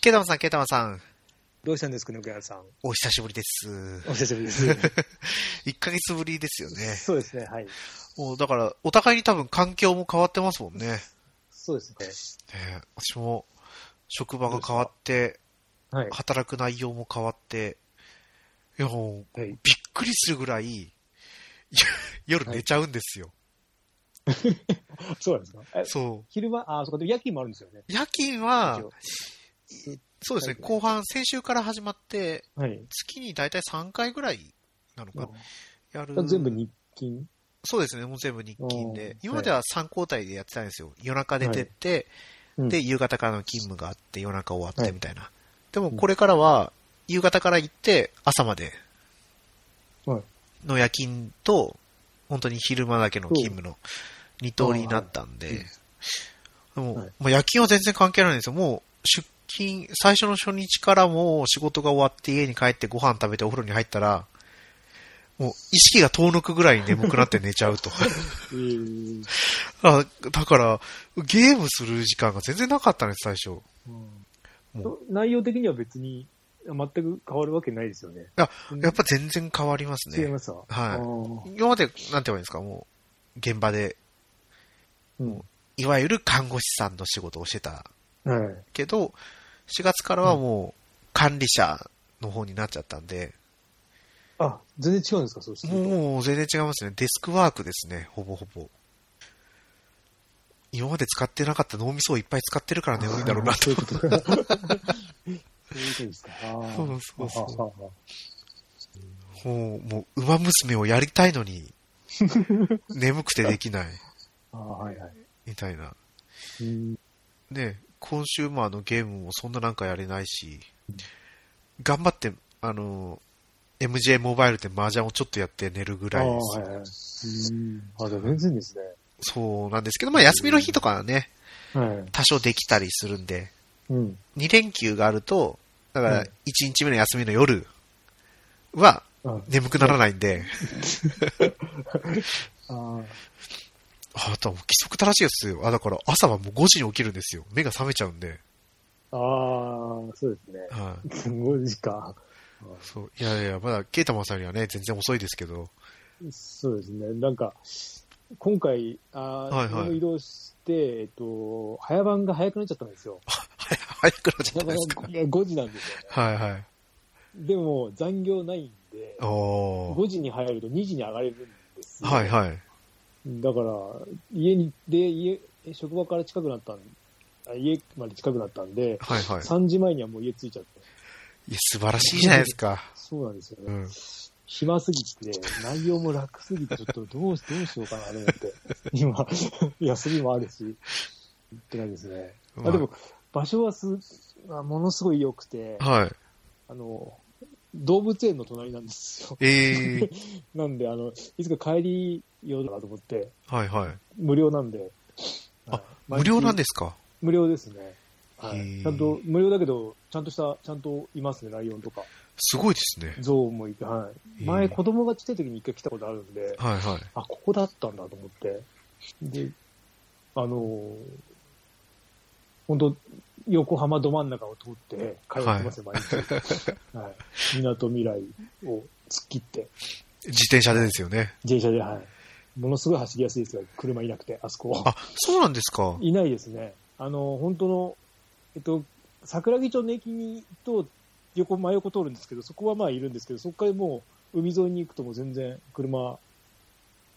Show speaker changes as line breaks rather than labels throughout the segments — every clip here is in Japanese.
ケータマンさん、ケータマンさん、
どうしたんですかね、奥原さ ん。
お久しぶりです。
お久しぶりです。
1ヶ月ぶりですよね。
そうですね、はい。
もうだから、お互いに多分環境も変わってますもんね。ね
そうです
え私も、職場が変わって、
ね。はい。
働く内容も変わって、いやもう、
はい。
びっくりするぐらい、 いや夜寝ちゃうんですよ。
そうなんですか。え
そ
昼間、あ、そうか、でも夜勤もあるんですよね。
う。夜勤は
一応、
そうですね、後半、先週から始まって、
はい。
月に大体3回ぐらいなのかな、やる。
全部日勤
そうですね、もう全部日勤
お
で
ー。
今までは3交代でやってたんですよ。夜中出てって、
はいうん
で、夕方からの勤務があって、夜中終わっ
は
て
い
みたいな。でもこれからは、夕方から行って、朝まで
はい
の夜勤と、本当に昼間だけの勤務の二通りになったん
はいうん
で、でも、
はい
もう夜勤は全然関係ないんですよ。もう出勤、最初の初日からもう仕事が終わって家に帰ってご飯食べてお風呂に入ったら、もう意識が遠のくぐらい眠くなって寝ちゃう と。
えー
あだから、ゲームする時間が全然なかったんです、最初。
うん
も
内容的には別に全く変わるわけないですよね。
あ
うん、
やっぱ全然変わります
違い
ね。
ますわ。
はい
い。
今まで、なんて言えばいいんですか、もう、現場で、
うん。
いわゆる看護師さんの仕事をしてた
はい。
けど、4月からはもう、管理者の方になっちゃったんで、
あ、全然違うんですか、そうする
もう
と。
もう全然違いますね。デスクワークですね、ほぼほぼ。今まで使ってなかった脳みそをいっぱい使ってるから眠いんだろうな
あー
と。
そういう ことか。そういうことですか。あー
そうそうそう
はははは
もう、もう、馬娘をやりたいの に、眠くてできない、
あー、はいはい。
みたいな。
うん
ね、コンシューマーのゲームもそんななんかやれないし、頑張って、あの、MJ モバイルで麻雀をちょっとやって寝るぐらいです。
ああ、はいはい。うん。あ、じゃあ全然ですね。
そうなんですけど、まあ休みの日とかはね、
は
多少できたりするんで、
い。うん。
2連休があると、だか
う
ら
ん
1日目の休みの夜は
あ
眠くならないんで、あ
あー、
とはもう規則正しいですよ。あ、だから朝はもう5時に起きるんですよ。目が覚めちゃうんで。
あーそうですね。
はい。
5時か。
そう。いやいや、まだケイタマンさんにはね、全然遅いですけど。
そうですね。なんか、今回、あー
はいはい
この移動して、えっと、早番が早くなっちゃったんですよ。
早早くなっちゃったんです か。
いや5時なんですよね。
はいはい。
でも、残業ないんで、
おー
5時に入ると2時に上がれるんですよ。
はいはい。
だから、家に、で、家、職場から近くなったん、あ家まで近くなったんで、
はいはい。
3時前にはもう家着いちゃって。
いや、素晴らしいじゃないですか。
そうなんですよね。
うん。
暇すぎて、内容も楽すぎて、ちょっとどうし、どうしようかなと思 って。今、休みもあるし、って感じですね。
まあ
あ、でも、場所はす、あものすごい良くて、
はい。
あの、動物園の隣なんですよ。
ええ
なんで、あの、いつか帰りようだなと思って、
はいはい。
無料なんで。
あ
はい
無料なん
毎日
ですか
無料ですね。は
へー
い。ちゃんと、無料だけど、ちゃんとした、ちゃんといますね、ライオンとか。
すごいですね。
ゾウもいて、はい。
へ
前、
ー
子供がちっちゃい時に一回来たことあるんで、
はいはい。
あ、ここだったんだと思って。で、あのー、本当横浜ど真ん中を通って通ってますよ、毎日。はい。港未来を突っ切って、
自転車でですよね。
自転車で、はい。ものすごい走りやすいですよ、車いなくて、あそこ
あ、そうなんですか。
いないですね。あの、本当の、えっと、桜木町の駅にと横、真横通るんですけど、そこはまあいるんですけど、そこからもう海沿いに行くともう全然車、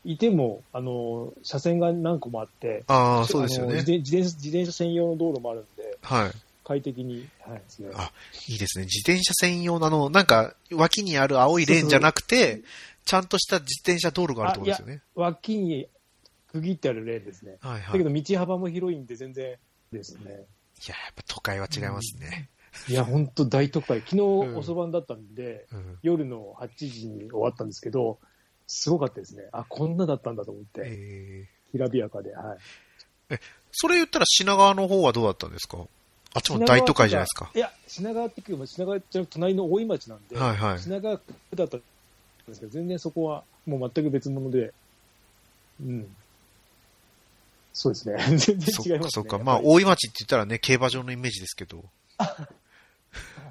いても、あの、車線が何個もあって、
ああ、そうですよ
あの
ね
自。転自転車自転車専用の道路もあるんで、
は
快適に、はい、ですね。
あい。いいですね。自転車専用のあの、なんか、脇にある青いレーンじゃなくて、ちゃんとした自転車道路があるってことですよね。
脇に区切ってあるレーンですね。
はい
だ
はい。い
け
や、
ど道幅も広いんで全然です ね。
やっぱ都会は違いますね。
いや、本当大都会。昨日
うん
遅番だったんで、
うん。
夜の8時に終わったんですけど、すごかったですね。あ、こんなだったんだと思って、
ええ
きらびやかで。はい。
それ言ったら品川の方はどうだったんですかあっちも大都会じゃないですか。
いや、品川っていうか、品川じゃなくて隣の大井町なんで、
はいはい。
品川区だったんですけど、全然そこはもう全く別物で、うん。そうですね。全然
そ
違い
っ
ま
か
す
そ
ね。
っか。まあ、
やっぱり
大井町って言ったらね、競馬場のイメージですけど。
あ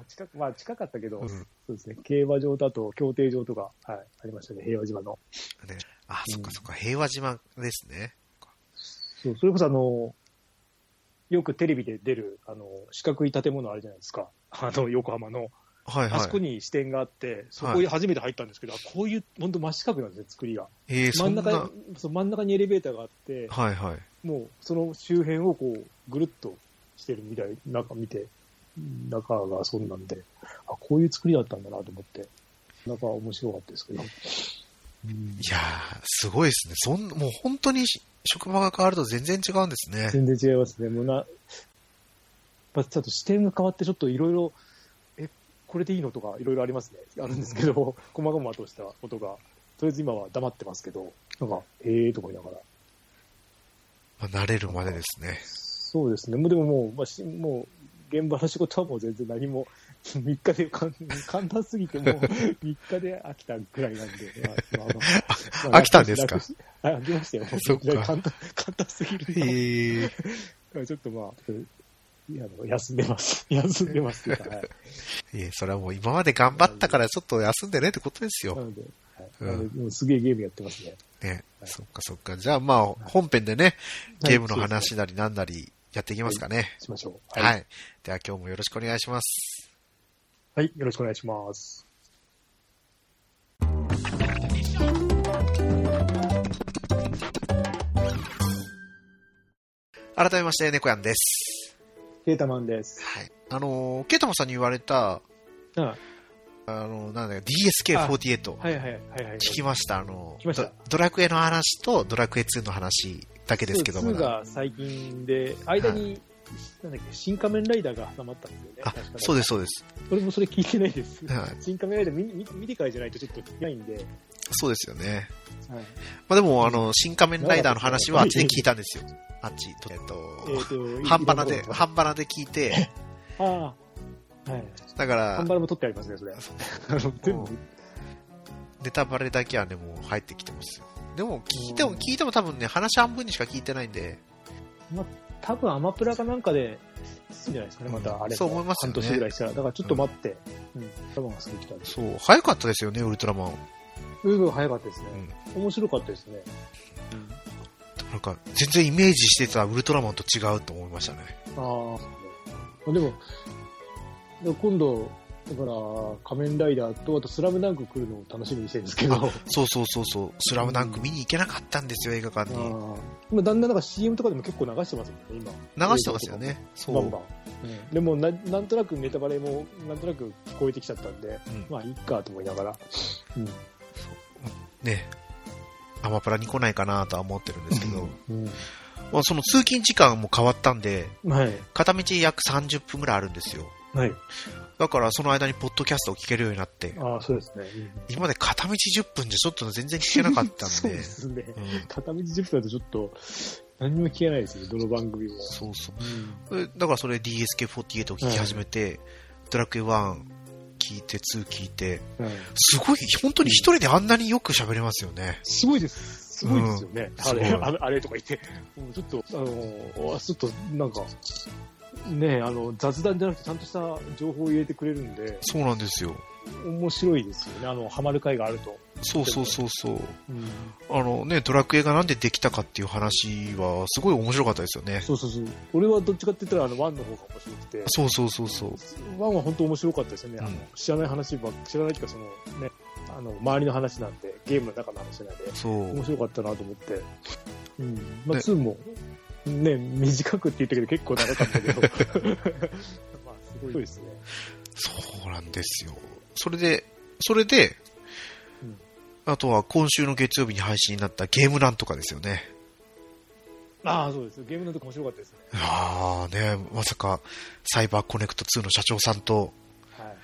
近く、まあ近かったけど、
うん
そうですね、競馬場だと、競艇場とか、はい、ありましたね、平和島の。
ね。あ、そっかそっか、平和島ですね。
そう、それこそあの、よくテレビで出る、あの、四角い建物あるじゃないですか。あの、横浜の。
はい
あそこ
はい。
に支店があって、そこに初めて入ったんですけど、あこういう、本当真四角なんですね、作りが。
えー、そ
真ん
んな。
中
は
に、そう真ん中にエレベーターがあって、
いはい。
もうその周辺をこう、ぐるっとしてるみたい、中見て、中がそんなんで、あ、こういう作りだったんだなと思って、なんか面白かったですけど。うん
いやー、すごいですね。そん、もう本当に職場が変わると全然違うんですね。
全然違いますね。もうな、やっぱちょっと視点が変わって、ちょっといろいろ、え、これでいいのとか、いろいろありますね。あるんですけど、 細々としたことが、とりあえず今は黙ってますけど、なんか、ええーと思いながら。
まあ、慣れるまでですね。
そうですね。もうでももう、まあ、しもう、現場の仕事はもう全然何も、3日 で簡簡単すぎて、も う3日で飽きたぐらいなんで、まあまあ まあ
飽きたんですか
楽しあ飽きましたよ。
そっか
簡単、簡単すぎる
え。ー、
ちょっとまあ、いやあの休ん でます。休んでますっていう か、はい。
いえ、それはもう今まで頑張ったからちょっと休んでねってことです
な
よ。
ので、はい
うん
なのでもうすげえゲームやってますね。
ね。そっかそっか。じゃあまあ、本編でね、ゲームの話
はい
なりなんなりやっていきますかね。
しましょう。
はい。では今日もよろしくお願いします。
はい、よろしくお願いします。
改めまして、猫やんです。
ケータマンです。
はい。あのー、ケイタマさんに言われた、
あ
あのー、なんだよ、DSK48。
はいはいはいはい。
聞きました。あのー、
聞きました
ドドラクエの話とドラクエ2の話だけですけど
そう
も。
2
あ、
が最近で、間に、なんだっけ、新仮面ライダーが挟まったんですよね。確か
そうです、そうです。
それもそれ聞いてないです。
はい
新仮面ライダー見見見てからじゃないとちょっと聞けないんで。
そうですよね。
はい
まあでも、あの、新仮面ライダーの話はあっちで聞いたんですよ。あっち、えっ
え
と、
ーと
半端なで、
いろんな
半端なで聞いて、
ことがああ。はい。
だから
半、端も取ってありますね、それ。あの 全部
ネタバレだけはね、もう入ってきてますよ。でも、聞いても、聞いても多分ね、話半分にしか聞いてないんで、
多分アマプラかなんかで、すんじゃないですかね、またあれ。
そう思いますよね
半年ぐらいしたら。だからちょっと待って。うん。多分すぐ来たんです。
そう、早かったですよね、ウルトラマン。
うんうん早かったですね。面白かったですね。
なんか、全然イメージしてたウルトラマンと違うと思いましたね。
ああ。でも、でも今度、だから、仮面ライダーと、あとスラムダンク来るのを楽しみにしてるんですけど、あ
そうそうそうそう、スラムダンク見に行けなかったんですよ、映画館に。
ー今、だんだんなんか CM とかでも結構流してますもんね、
流
今。
してますよね。そ
バンバ
う。
ン。でもな、なんとなくネタバレも、なんとなく聞こえてきちゃったんで、
うん
まあ、いいかと思いながら。うん。
ね。アマプラに来ないかなとは思ってるんですけど、
う
まあその通勤時間も変わったんで、
ん。はい。
片道約30分ぐらいあるんですよ。
はい。
だからその間にポッドキャストを聞けるようになって、
ああ、そうですね。
今まで片道10分じゃちょっと全然聞けなかったん
そう
で
で、すね。
うん
片道10分だとちょっと、何も聞けないですね、どの番組も。
そうそう
うん。
それ。だからそれ DSK48 を聞き始めて、ドラクエ1聞いて、2聞いて、
はい
すごい、本当に一人であんなによく喋れますよね。
すごいです。すごいですよね。
うん
あれ、
すごい
あれあれとか言って、もうちょっと、あの、ちょっとなんか、ねえあの、雑談じゃなくてちゃんとした情報を入れてくれるんで、
そうなんですよ。
面白いですよね。あの、ハマる回があると。
そうそうそうそう。
うん、
あのね、ドラクエがなんでできたかっていう話は、すごい面白かったですよね。
そうそうそう。俺はどっちかって言ったら、あの、ワンの方が面白くて、
そうそうそうそう。
ワンは本当面白かったですよね。あの
うん
知らない話ばっ、知らないっていうか、その、ね、あの、周りの話なんで、ゲームの中の話なんで、
そう
面。白かったなと思って。うん。ま
ね
あ、2も、ね、短くって言ったけど結構長かった けど。まあ、すごいですね。
そうなんですよ。それで、それで、
うん
あとは今週の月曜日に配信になったゲームなんとかですよね。
ああ、そうです。ゲームのとこ面白かったですね。
ああね、まさかサイバーコネクト2の社長さんと
はい。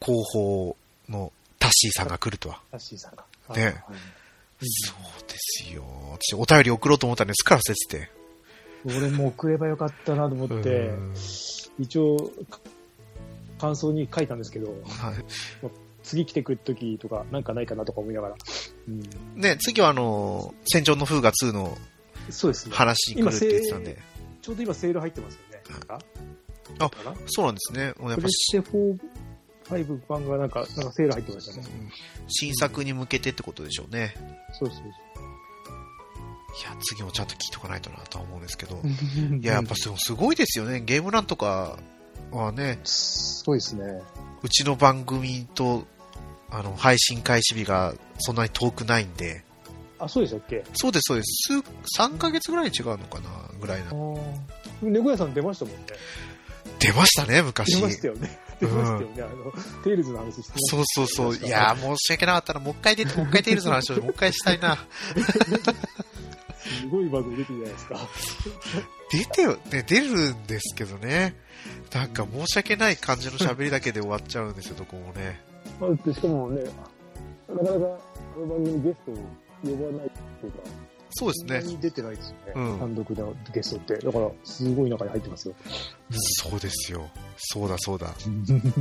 広報のタッシーさんが来るとは。
タッシーさんが。
ね
はい
そうですよ。私お便り送ろうと思ったんですからせてて。
俺も送ればよかったなと思って
う、ん
一応、か感想に書いたんですけど、
はい
次来てくるときとか、なんかないかなとか思いながら。うん、
ね、次はあの、戦場のフーガ2の
そうですね。
話来るって言ってたんで。
ちょうど今セール入ってますよね。かな。
そうなんですね。もうやっ
プ
ぱ
レステ4、5版がなんか、なんかセール入ってましたね。
新作に向けてってことでしょうね。
そうそう
いや、次もちゃんと聞いとかないとなとは思うんですけど。
そう。
いや、やっぱすすごいですよね。ゲームなんとかはね、
すごいですね。
うちの番組と、あの、配信開始日がそんなに遠くないんで。
あ、そうでしたっけ
そうです、そうです。数3ヶ月ぐらい違うのかなぐらいな
あ。ー猫屋さん出ましたもんね。
出ましたね、昔
出。ましたよね。
う
出
ん
ましたよね。あの、テイルズの話してま
そうそうそう。
出ました
いや、申し訳なかったな。もう一回出て、 もう一回テイルズの話をもう一回したいな。
すごいバグ出てるじゃないですか。
出てよ、ね、出るんですけどね。なんか申し訳ない感じの喋りだけで終わっちゃうんですよ、どこもね。
まあ、ってしかもね、なかなかあの番組ゲストを呼ばないっていうか、
そうで
そ
す
ん
ね。
なに出てないですよね。
うん
単独でゲストって。だから、すごい中に入ってますよ。
そうですよ。そうだそうだ。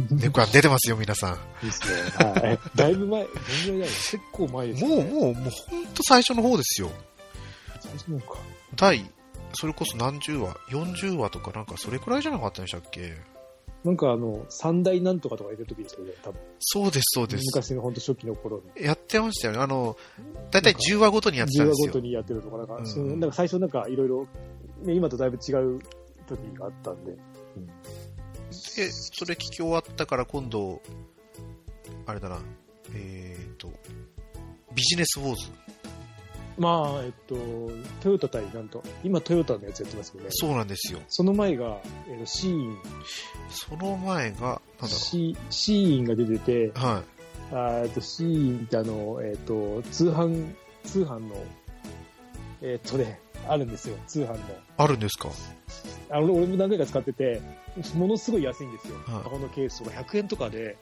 猫は出てますよ、皆さん。
いいですね。はい。だいぶ前、どんぐらいだろう結構前ですね。
もう、もう、もう、ほんと最初の方ですよ。
最初のか。
第、それこそ何十話、40話とかなんかそれくらいじゃなかったんでしたっけ
なんかあの、三大なんとかとかいる時ですよね。多分
そうです、そうです。
昔の本当初期の頃の。
やってましたよね。あの、だいたい10話ごとにやってたん
10話
です
ご
よ
と。にやってるとか、なんか、
うん
そのなんか最初なんかいろいろ、ね、今とだいぶ違う時があったんで。
で、それ聞き終わったから今度、あれだな、えっ、ー、と、ビジネスウォーズ。
まあ、えっと、トヨタ対なんと、今トヨタのやつやってますけどね。
そうなんですよ。
その前が、えっと、シーン、
その前が、なんだ
シシーンが出てて、
ろう。はい。
あーえっとシーンってあの、えっと、通販、通販の、えっとね、あるんですよ、通販の。
あるんですか
あの俺も何回か使ってて、ものすごい安いんですよ。
はい
箱のケースとか100円とかで、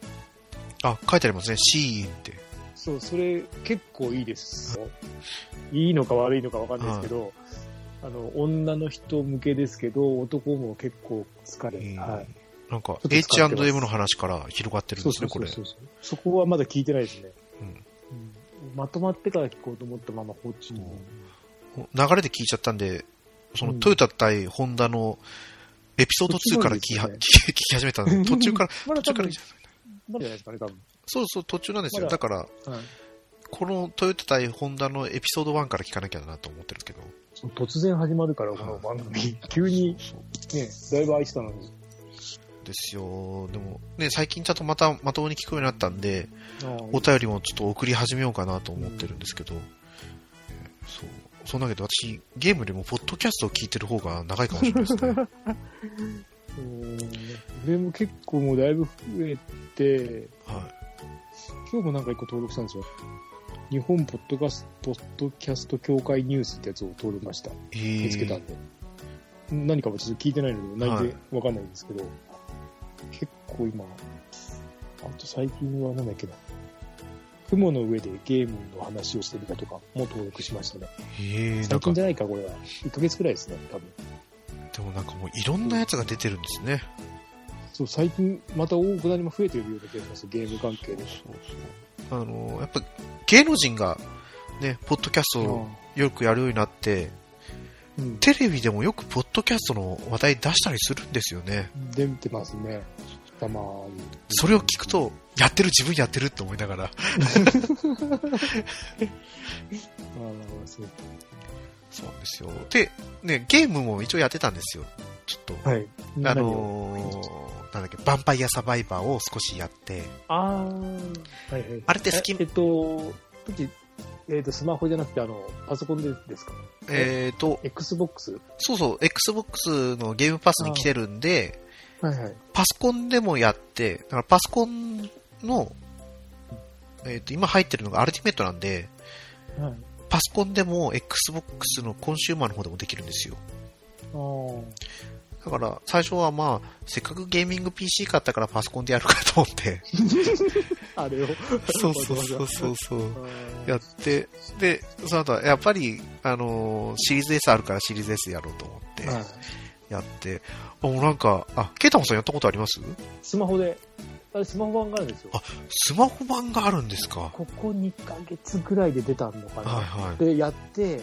あ、書いてありますね。シーンって。
そう、それ結構いいですよ。いいのか悪いのかわかんないですけど、あの、女の人向けですけど、男も結構疲
え
れ、
ー
はい。
なんか
ちょっと使ってます
H&M の話から広がってるんですね、これ。
そうそうそうそこはまだ聞いてないですね、
うん
うんまとまってから聞こうと思ったまま放置、
流れで聞いちゃったんで、その
うん
トヨタ対ホンダのエピソード2から聞き,、
そっちなんで
聞き聞き始めたん で、途中から、
ま
途
だ
中
多
から聞い
分
ちゃった
まだじゃないですかね多分、
そうそう、途中なんですよ。
ま
だ
だ
から、
はい、
このトヨタ対ホンダのエピソード1から聞かなきゃなと思ってるんですけど。
そう突然始まるからこの番組 急に
そう
ねだいぶ愛したのに
ですよ。でも、ね、最近ちゃんとまたまともに聞くようになったんで、お
あ
便りもちょっと送り始めようかなと思ってるんですけど、そう。そんなわけで私、ゲームよりもポッドキャストを聞いてる方が長いかもしれないですね。
俺も結構もうだいぶ増えて
は
今日もなんか一個登録したんですよ日本ポッドキャスポッドキャスト協会ニュースってやつを登録ました
い。えー
見つけたんで、何かもちょっと聞いてないので、
は
ないいでわかんないんですけど、結構今、あと最近はなんだっけな、雲の上でゲームの話をしてみたとかも登録しましたね。
えー、な
最
んか
近じ、ゃないか、これは。1ヶ月くらいですね、多分。
でもなんかもういろんなやつが出てるんですね。
そう、最近また多くなりも増えてるような気がします、ゲーム関係
そ
で。
うそう。あの、やっぱ芸能人が、ね、ポッドキャストをよくやるようになって、
うん。
テレビでもよくポッドキャストの話題出したりするんですよね。
出てますね。たまに。
それを聞くと、やってる自分やってるって思いながら、
あーそう
そうなんですよ。で、ね、ゲームも一応やってたんですよ。ちょっと。
はい。
あ
何を
のー、なんだっけ、ヴァンパイアサバイバーを少しやって、
あー、はいはい。
あれって好き
ええっと、時えっと、スマホじゃなくて、あの、パソコンでですか
えっ、と、
?Xbox?
そうそう、Xbox のゲームパスに来てるんで、
はいはい。
パソコンでもやって、だからパソコンの、えっ、と、今入ってるのがアルティメットなんで、
はい、
パソコンでも Xbox のコンシューマーの方でもできるんですよ。
あー
だから、最初はまあ、せっかくゲーミング PC 買ったからパソコンでやるかと思って、
あれを。
そうそうそうそうそう。
あー
やって、で、その後はやっぱり、あのーシリーズ S あるからシリーズ S やろうと思って、
はい
やって、あもうなんか、あ、ケータモンさんやったことあります
スマホで、あれスマホ版があるんですよ
あ。スマホ版があるんですか。
ここ2ヶ月ぐらいで出たのかな。
はいはい。
で、やって、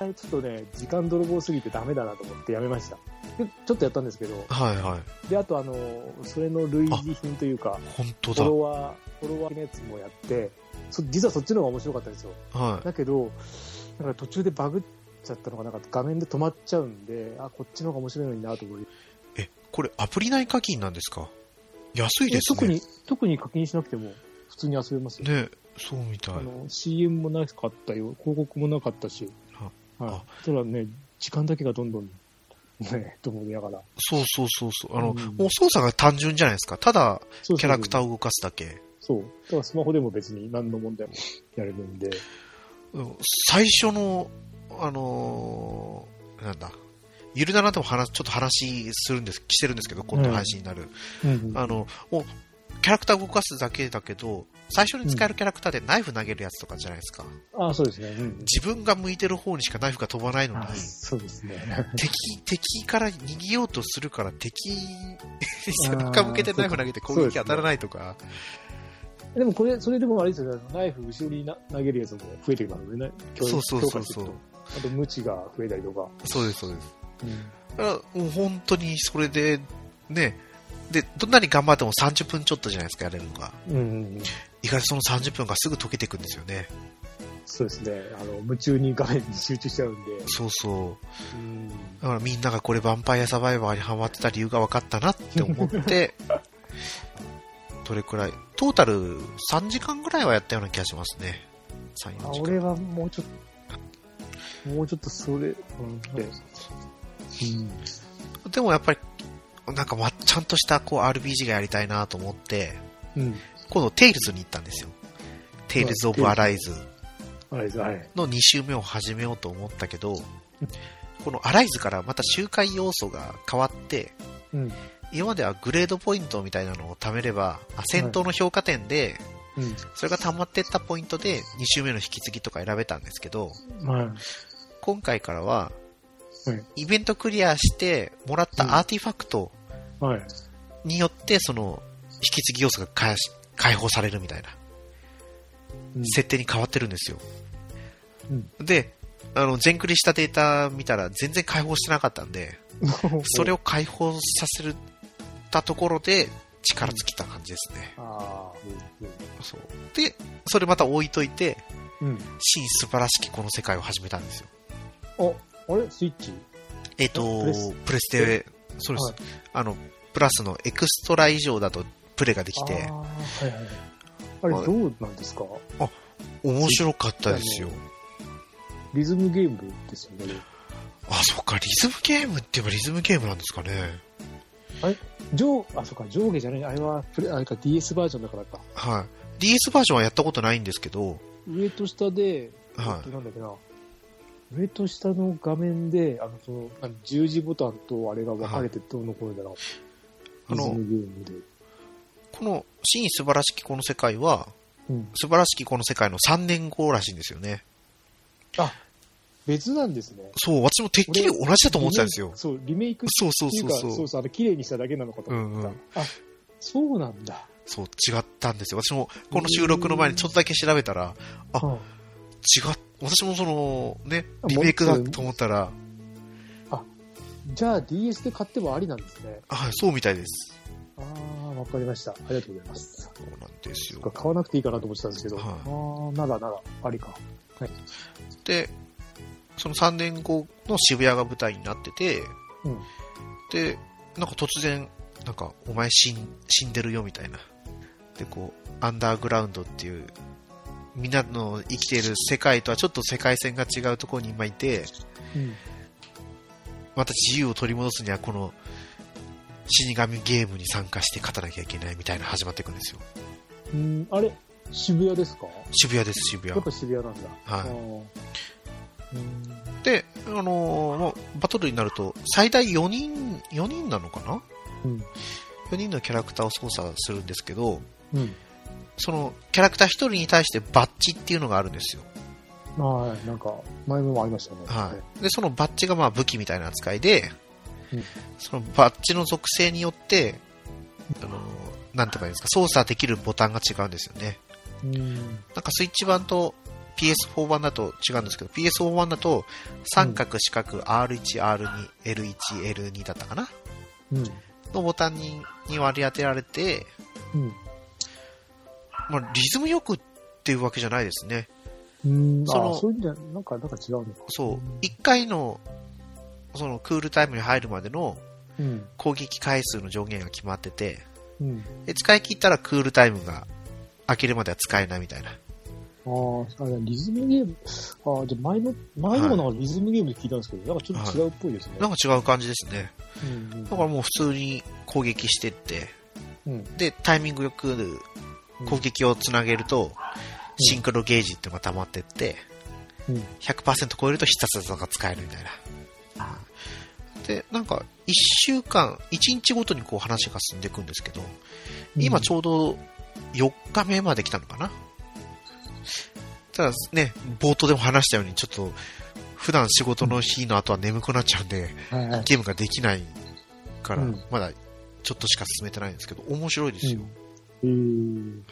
あれちょっとね、時間泥棒すぎてダメだなと思ってやめました。でちょっとやったんですけど、
はいはい。
で、あとあの、それの類似品というか、
本当
フォ
だ。
ロワー、フォロワーのやつもやって、そ実はそっちの方が面白かったんですよ。
はい。
だけど、だから途中でバグっちゃったのが、なんか画面で止まっちゃうんで、あ、こっちの方が面白いのになと思い、
え、これアプリ内課金なんですか安いですね。
特に、特に課金しなくても普通に遊べますよ。
ね、そうみたい
あ。の CM もなかったよ、広告もなかったし、は
あ
い、ただね、時間だけがどんどん、ね、と思いながら、
そうそうそうそう。あの、
うん
もう操作が単純じゃないですか。ただ、
キ
キャラクタ
ー
ーを動かすだけ。
そう、だからスマホでも別に何の問題もやれるんで、
うん最初の、あのーなんだ。ゆるだなとも話、ちょっと話するんです、してるんですけど、今度配信になる。あの、もう、キャラクター動かすだけだけど、最初に使えるキャラクターでナイフ投げるやつとかじゃないですか。
あそうですね、うん
自分が向いてる方にしかナイフが飛ばないのに、
あそうですね、
敵、敵から逃げようとするから敵、 背中向けてナイフ投げて攻撃当たらないとか、
でもこれ、それでもあれですよね、ナイフ後ろにな投げるやつも増えてきますよね、強
そうそうそう
強化していくとあと、無知が増えたりとか、
そうです、そうです。だから、もう本当にそれで、ね、で、どんなに頑張っても30分ちょっとじゃないですか、やれるのが。
うん、うん、
意外とその30分がすぐ溶けていくんですよね。
そうですねあの、夢中に画面に集中しちゃうんで、
そうそう。
うん、
だからみんながこれヴァンパイアサバイバーにハマってた理由が分かったなって思 って、どれくらい、トータル3時間ぐらいはやったような気がしますね。3、4
あ
時間。
俺はもうちょっと、もうちょっとそれ、うん、で、うん、
でもやっぱり、なんかま、ちゃんとしたこう RPG がやりたいなと思って、
うん。
今度テイルズに行ったんですよ。テイルズ・オブ・アライズ
あれです、はい。
の2周目を始めようと思ったけど、このアライズからまた周回要素が変わって、
うん。うん。
今まではグレードポイントみたいなのを貯めれば、あ戦闘の評価点で、それが溜まってったポイントで2周目の引き継ぎとか選べたんですけど、
ま
今回からは
はい、
イベントクリアしてもらったアーティファクト
あ、はい。
によって、その、引き継ぎ要素が解解放されるみたいな、
うん
設定に変わってるんですよ。
うん
で、あの、全クリしたデータ見たら全然解放してなかったんで、それ
を。
を解放させたところで、力尽きた感じですね。
ああ、
そう。で、それまた置いといて、
うん。うん。
新素晴らしきこの世界を始めたんですよ。
あ、あれスイッチ
えっ、と
プレス、
プレステ、そうです、
はい
あの、プラスのエクストラ以上だとプレイができて
あ、あ、はいはい。あれ、どうなんですか
面白かったですよ。
リズムゲームですよね。
あ、そっか、リズムゲームって言えばリズムゲームなんですかね。
上、あ、そっか、上下じゃない。あれは、プレあれか、DS バージョンだからか。
はい。DS バージョンはやったことないんですけど、
上と下で、
は
なんだっけな。上と下の画面で、あの、その、あの十字ボタンとあれが分かれてどうのこうのだろう。
あ
リズ
の
ムゲームで。
い。この、真素晴らしきこの世界は、
うん。
素晴らしきこの世界の3年後らしいんですよね。
別なんですね。
そう、私もてっきり同じだと思ってたんですよ。
そう、リメイクっ
そうそう
てい
そうう
か、
そ
そうう。そう、あれ、綺麗にしただけなのかと思ってた。
うんうん
あ、そうなんだ。
そう、違ったんですよ。私も、この収録の前にちょっとだけ調べたら、あ
うん
違っ、私もその、ね、
あ
リメイクだと思ったら、
じゃあ DS で買ってもありなんですね。
はい、そうみたいです。
ああ、わかりました。ありがとうございます。
そうなんですよ
そっ。か買わなくていいかなと思ってたんですけど、
はい
ああ、ならなら、ありか。
で、その3年後の渋谷が舞台になってて、
うん
で、なんか突然、なんか、お前死ん死んでるよみたいな。で、こう、アンダーグラウンドっていう、みんなの生きている世界とはちょっと世界線が違うところに今いて、
うん。
また自由を取り戻すにはこの死神ゲームに参加して勝たなきゃいけないみたいなの始まっていくんですよ。
うん、あれ、渋谷ですか
渋谷です、渋
や
谷
っ。ぱ渋谷なんだ。
はい
あーうん
で、あのーもうバトルになると、最大4人、4人なのかな
うん。
?4 人のキャラクターを操作するんですけど、
うん。
そのキャラクター1人に対してバッジっていうのがあるんですよ。
はい、なんか、前もありましたね。
はい。で、そのバッジがまあ武器みたいな扱いで、
うん
そのバッジの属性によって、あの、なんとかいうんですか、操作できるボタンが違うんですよね。
うん。
なんかスイッチ版と PS4 版だと違うんですけど、PS4 版だと、三角、四角、R1、R2、L1、L2 だったかな
うん。
のボタンにに割り当てられて、
うん。
まあ、リズムよくっていうわけじゃないですね。
うん、
その
あそういう意味では、なんか、なんか違うのか。
そう、一回の、そのクールタイムに入るまでの
うん。
攻撃回数の上限が決まってて、
うん。
で使い切ったらクールタイムが飽きるまでは使えないみたいな。
あーあ、リズムゲーム、ああ、じゃあ前の、前のもなんかリズムゲームで聞いたんですけど、なんかちょっと違うっぽいですね。
なんか違う感じですね。
うんうん
だからもう普通に攻撃してって、
うん
で、タイミングよく攻撃をつなげると、シンクロゲージっていうのが溜まってって、
うん
100%超えると必殺技が使えるみたいな。
あ
で、なんか、1週間、1日ごとにこう話が進んでいくんですけど、
うん
今ちょうど4日目まで来たのかな。ただね、冒頭でも話したように、ちょっと、普段仕事の日の後は眠くなっちゃうんで、
はいはい。
ゲームができないから、
うん
まだちょっとしか進めてないんですけど、面白いですよ。
うん。
なん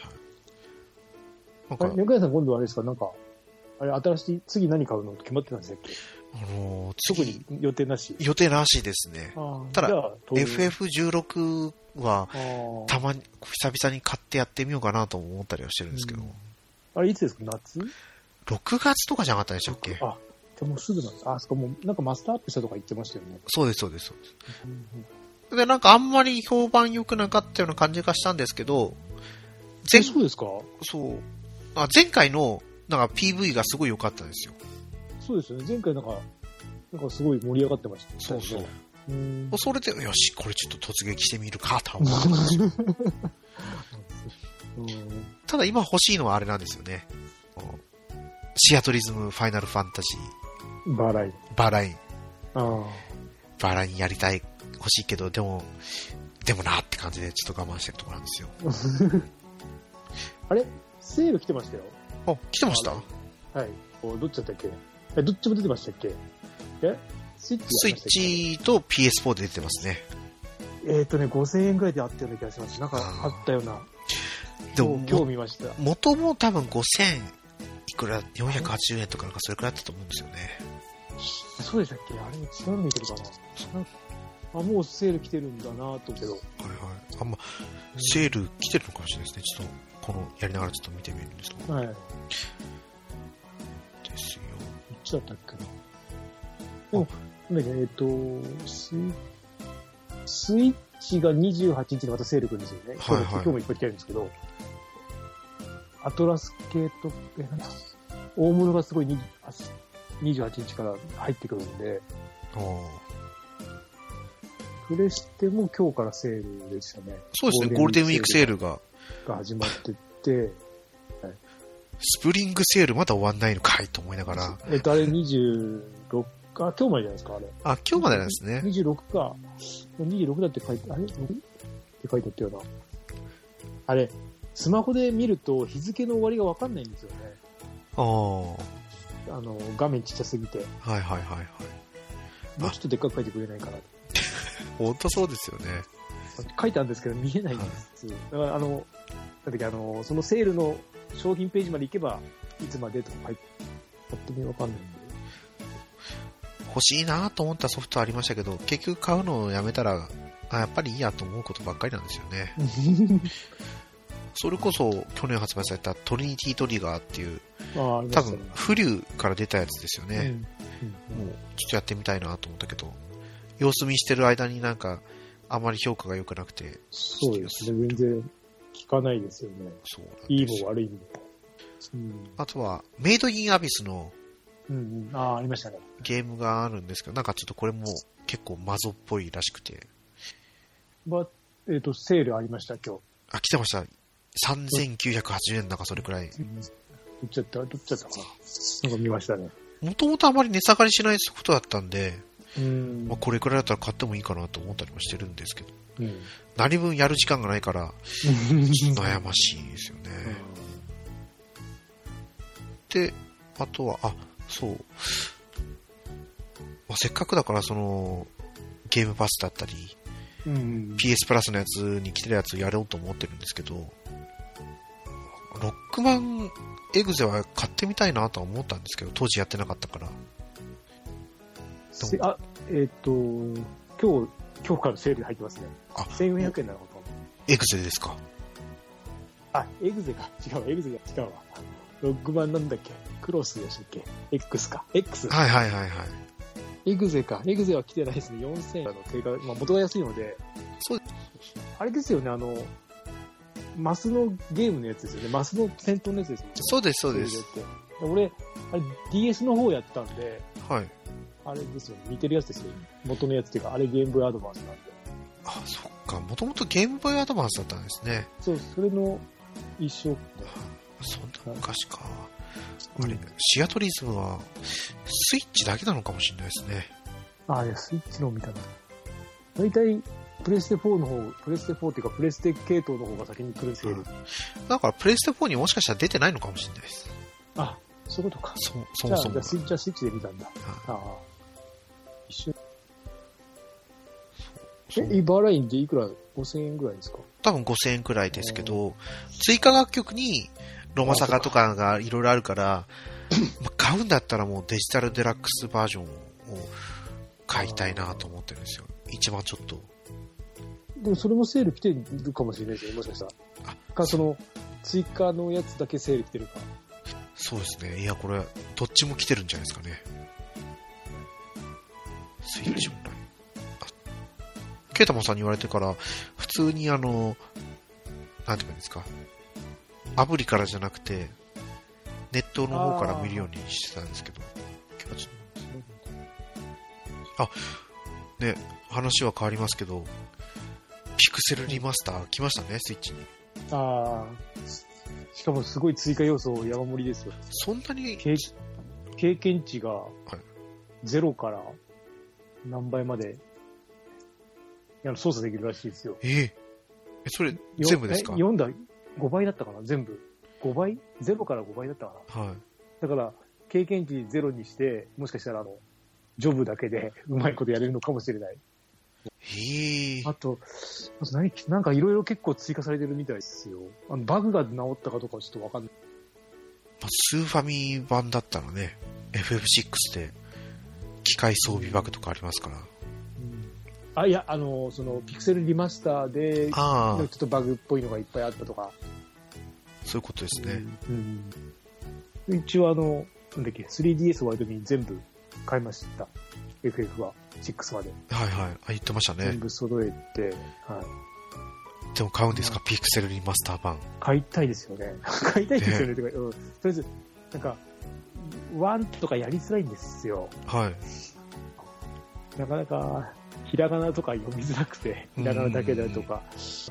え
か
ー。、猫屋さん今度はあれですか、なんか、あれ、新しい、次何買うのって決まってたんですっけ
あのー
特
次
に予定なし。
予定なしですね。
ああ
ただ
じゃあ、当然。
FF16 は、
あー
たまに、久々に買ってやってみようかなとも思ったりはしてるんですけど、
うんあれ、いつですか夏
6月とかじゃなかったでしたっけ
あ、でもうすぐなんです。あ、そこもう、なんかマスターアップしたとか言ってましたよね。
そうです、そうです。そうで
うん
すで、なんかあんまり評判良くなかったような感じがしたんですけど、
え
前、
そうですか
そう。あ前回の、なんか PV がすごい良かったんですよ。
そうですよね。前回なんか、なんかすごい盛り上がってました、ね。
そうそう。
うん。
それで、よし、これちょっと突撃してみるか、と思って
うん
ただ今欲しいのはあれなんですよね。シアトリズムファイナルファンタジ
バラい。
ー、バーライン。
ああ。
バーラインやりたい、欲しいけど、でも、でもなって感じでちょっと我慢してるところなんですよ。
あれセール来てましたよ。
あ、来てました
はい。おどっちだったっけえ、どっちも出てましたっけえスイッチ
スイッ。チと PS4 で出てますね。
えっ、とね、5000円ぐらいであったような気がします。なんかあ
あー
ったような。
でも、
今日見ました。
元も多分5000いくら、480円とかなんかそれくらいだったと思うんですよね。
そうでしたっけあれ違うの見てるかななんかあ、もうセール来てるんだなと思うけど。
はいはい。あんま、セール来てるのかもしれないですね。ちょっと、この、やりながらちょっと見てみるんですけど。
はい。どっ
ですよ。
ちだったっけな。でも、なんだっけ、えっ、と、スイスイッチが28日でまたセール来るんですよね。
はいはい
今日もいっぱい来てるんですけど、アトラス系と、え、なんだ、大物がすごいにあす28日から入ってくるんで、
あー
プレステも今日からセールでしたね。
そうですね、ゴールデンウィークセー
ル
ルが、
が始まってて、
スプリングセールまだ終わんないのかいと思いながら、
えっと、あれ26か、今日までじゃないですか、あれ。
あ、今日までなんですね。
26か。26だって書いて、あれ ?6? って書いてあったよな。あれ、スマホで見ると日付の終わりがわかんないんですよね。
ああ、は
あの、画面ちっちゃすぎて。
いはいはいはい。
もうちょっとでっかく書いてくれないかな。
ほんとそうですよね。
書いてあるんですけど見えないんです。だからあの、なんだっけ、あの、そのセールの商品ページまで行けば、いつまでとか書いて、勝手にわかんないんで。
欲しいなと思ったソフトありましたけど、結局買うのをやめたら、あ、やっぱりいいやと思うことばっかりなんですよね。 それこそ、去年発売されたトリニティトリガーっていう、
ああ、あり
多
ました
分
ね、
フリューから出たやつですよ
う
ね。
んうん
もう、ちょっとやってみたいなと思ったけど、様子見してる間になんか、あまり評価が良くなくて、
そうですね。全然聞かないですよね。
そうなんですよ
いいも悪いも。うん。
あとは、メイドインアビスの
うんうん。ああ、ありましたね。
ゲームがあるんですけど、なんかちょっとこれも結構マゾっぽいらしくて。
ば、えっ、と、セールありました、今日。
あ、来てました。3980円なんかそれくらい。
どっちだったどっちだったかな。なんか見ましたね。
もともとあまり値下がりしないことだったんで、
うん
まあ、これくらいだったら買ってもいいかなと思ったりもしてるんですけど、
うん。
何分やる時間がないから、悩ましいですよね。で、あとは、あ、そう。まあ、せっかくだから、その、ゲームパスだったり、
うん。
PS プラスのやつに来てるやつやろうと思ってるんですけど、ロックマンエグゼは買ってみたいなとは思ったんですけど、当時やってなかったから。
せあ、えっ、と、今日、今日からセールで入ってますね。
あ
1400円なのかと思う
エグゼですか。
あ、エグゼか。違うわ、エグゼが違うわ。ロックマンなんだっけクロスでしたっけ ?X か。X。
はいはいはいはい。
エグゼか。エグゼは来てないですね。4000円の定価、まあ元が安いので。
そう
あれですよね、あの、マスのゲームのやつですよね。マスの戦闘のやつですよね。
そうですそうです。
エグゼって。俺、あれ DS の方やったんで、
はい。
あれですよね。似てるやつですよね。元のやつっていうか、あれゲームボーイアドバンスなんで。
あ、そっか。もともとゲームボーイアドバンスだったんですね。
そう、それの一緒で。
そんな昔か。あ
あ
れ
れ、
シアトリズムは、スイッチだけなのかもしれないですね。
あ、いや、スイッチのみたいな。大体、プレステ4の方、プレステ4っていうか、プレステ系統の方が先に来るセール。
だから、プレイステ4にもしかしたら出てないのかもしれないです。
あ、そういうことか。
そ、そ
じゃ
も
あ、
そ
じゃ
も
あ。スイッチはスイッチで見たんだ。
は
ああ。一
そ
緒
う
に。え、茨城でいくら ?5000 円ぐらいですか
多分5000円くらいですけど、追加楽曲にロマサガとかがいろいろあるから、まあ買うんだったらもうデジタルデラックスバージョンを買いたいなと思ってるんですよ。一番ちょっと。
でもそれもセール来てるかもしれないですよね、もしかしたら。か、その、追加のやつだけセール来てるか。
そうですね。いや、これ、どっちも来てるんじゃないですかね。スイッチオンライン。あ、ケータマンさんに言われてから、普通にあの、なんていうんですか。アプリからじゃなくて、ネットの方から見るようにしてたんですけど。今日はちょっとね、話は変わりますけど、ピクセルリマスター来ましたね、スイッチに。
ああ。しかもすごい追加要素山盛りですよ。
そんなに、
経経験値が
い
ゼロから何倍まであの操作できるらしいですよ。
えええ、それ、全部ですか
4だ、5倍だったかな全部。5倍ゼロから5倍だったか
はい。
なだから、経験値ゼロにして、もしかしたらあの、ジョブだけで うまいことやれるのかもしれない。
へえ。
あと、あと何、なんかいろいろ結構追加されてるみたいですよ。あの、バグが治ったかどうかはちょっとわかんない。
まあスーファミ版だったらね、FF6 で機械装備バグとかありますから。
あ、いや、あの、その、ピクセルリマスターで、
あ
ちょ
あ
っ、とバグっぽいのがいっぱいあったとか。
そういうことですね。
うん。一応あの、なんだっけ、3DS ワイドに全部買いました。FF は、6まで。
はいはい。あ、言ってました
全
ね。
部揃えて、はい。
でも買うんですか、ピクセルリマスター版。
買いたいですよね。買いたいですよね。てか、うん。とりあえず、なんか、ワンとかやりづらいんですよ。
はい。
なかなか、ひらがなとか読みづらくて、ひらがなだけだとか、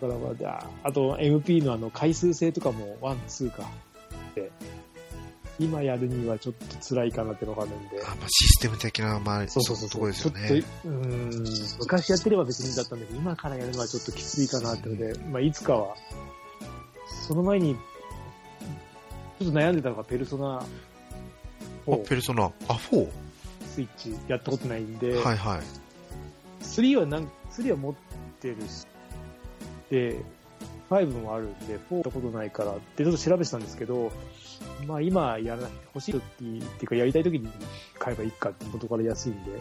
だからまあ、ああと MP のあの回数制とかもワン、ツーか。で、今やるにはちょっと辛いかなってのがあるんで
あ、、まあ、システム的な、まあ、
そう
そ
そうう
い
そうう
と
そ
こ
う、
ですよ
ちょ
ね。
っとうーん、昔やってれば別にだったんだけど、今からやるのはちょっときついかなってので、まあ、いつかは、その前に、ちょっと悩んでたのがペルソナ
あ、
を
ペルソナ。あ、4?
スイッチやったことないんで、
はいはい。
3はなん、3は持ってるし、で、5もあるんで、4やったことないからってちょっと調べてたんですけど、まあ今やらなくて欲しい時っていうかやりたい時に買えばいいかってことから安いんで、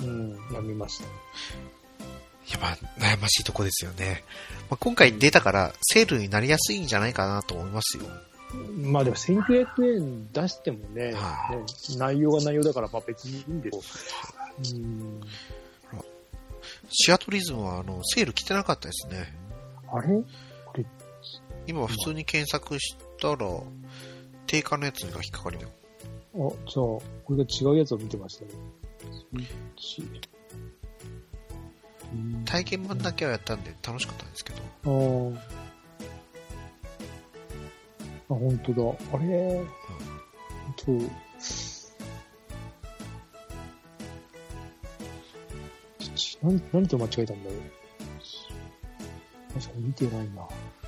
うん、やめました。
やっぱ、悩ましいとこですよね。まあ、今回出たから、セールになりやすいんじゃないかなと思いますよ。
まあでも1900円出してもね、ね
は
内容が内容だからまあ別にいいんですよ。うん
シアトリズムは、あの、セール来てなかったですね。
あれ
今、普通に検索したら、定価のやつが引っかかります
あ、じゃあ、これが違うやつを見てましたね。スイッチうん
体験版だけはやったんで楽しかったんですけど、
あーあ、本当だ。あれそう。ち何、何と間違えたんだろう。確かに見てないな。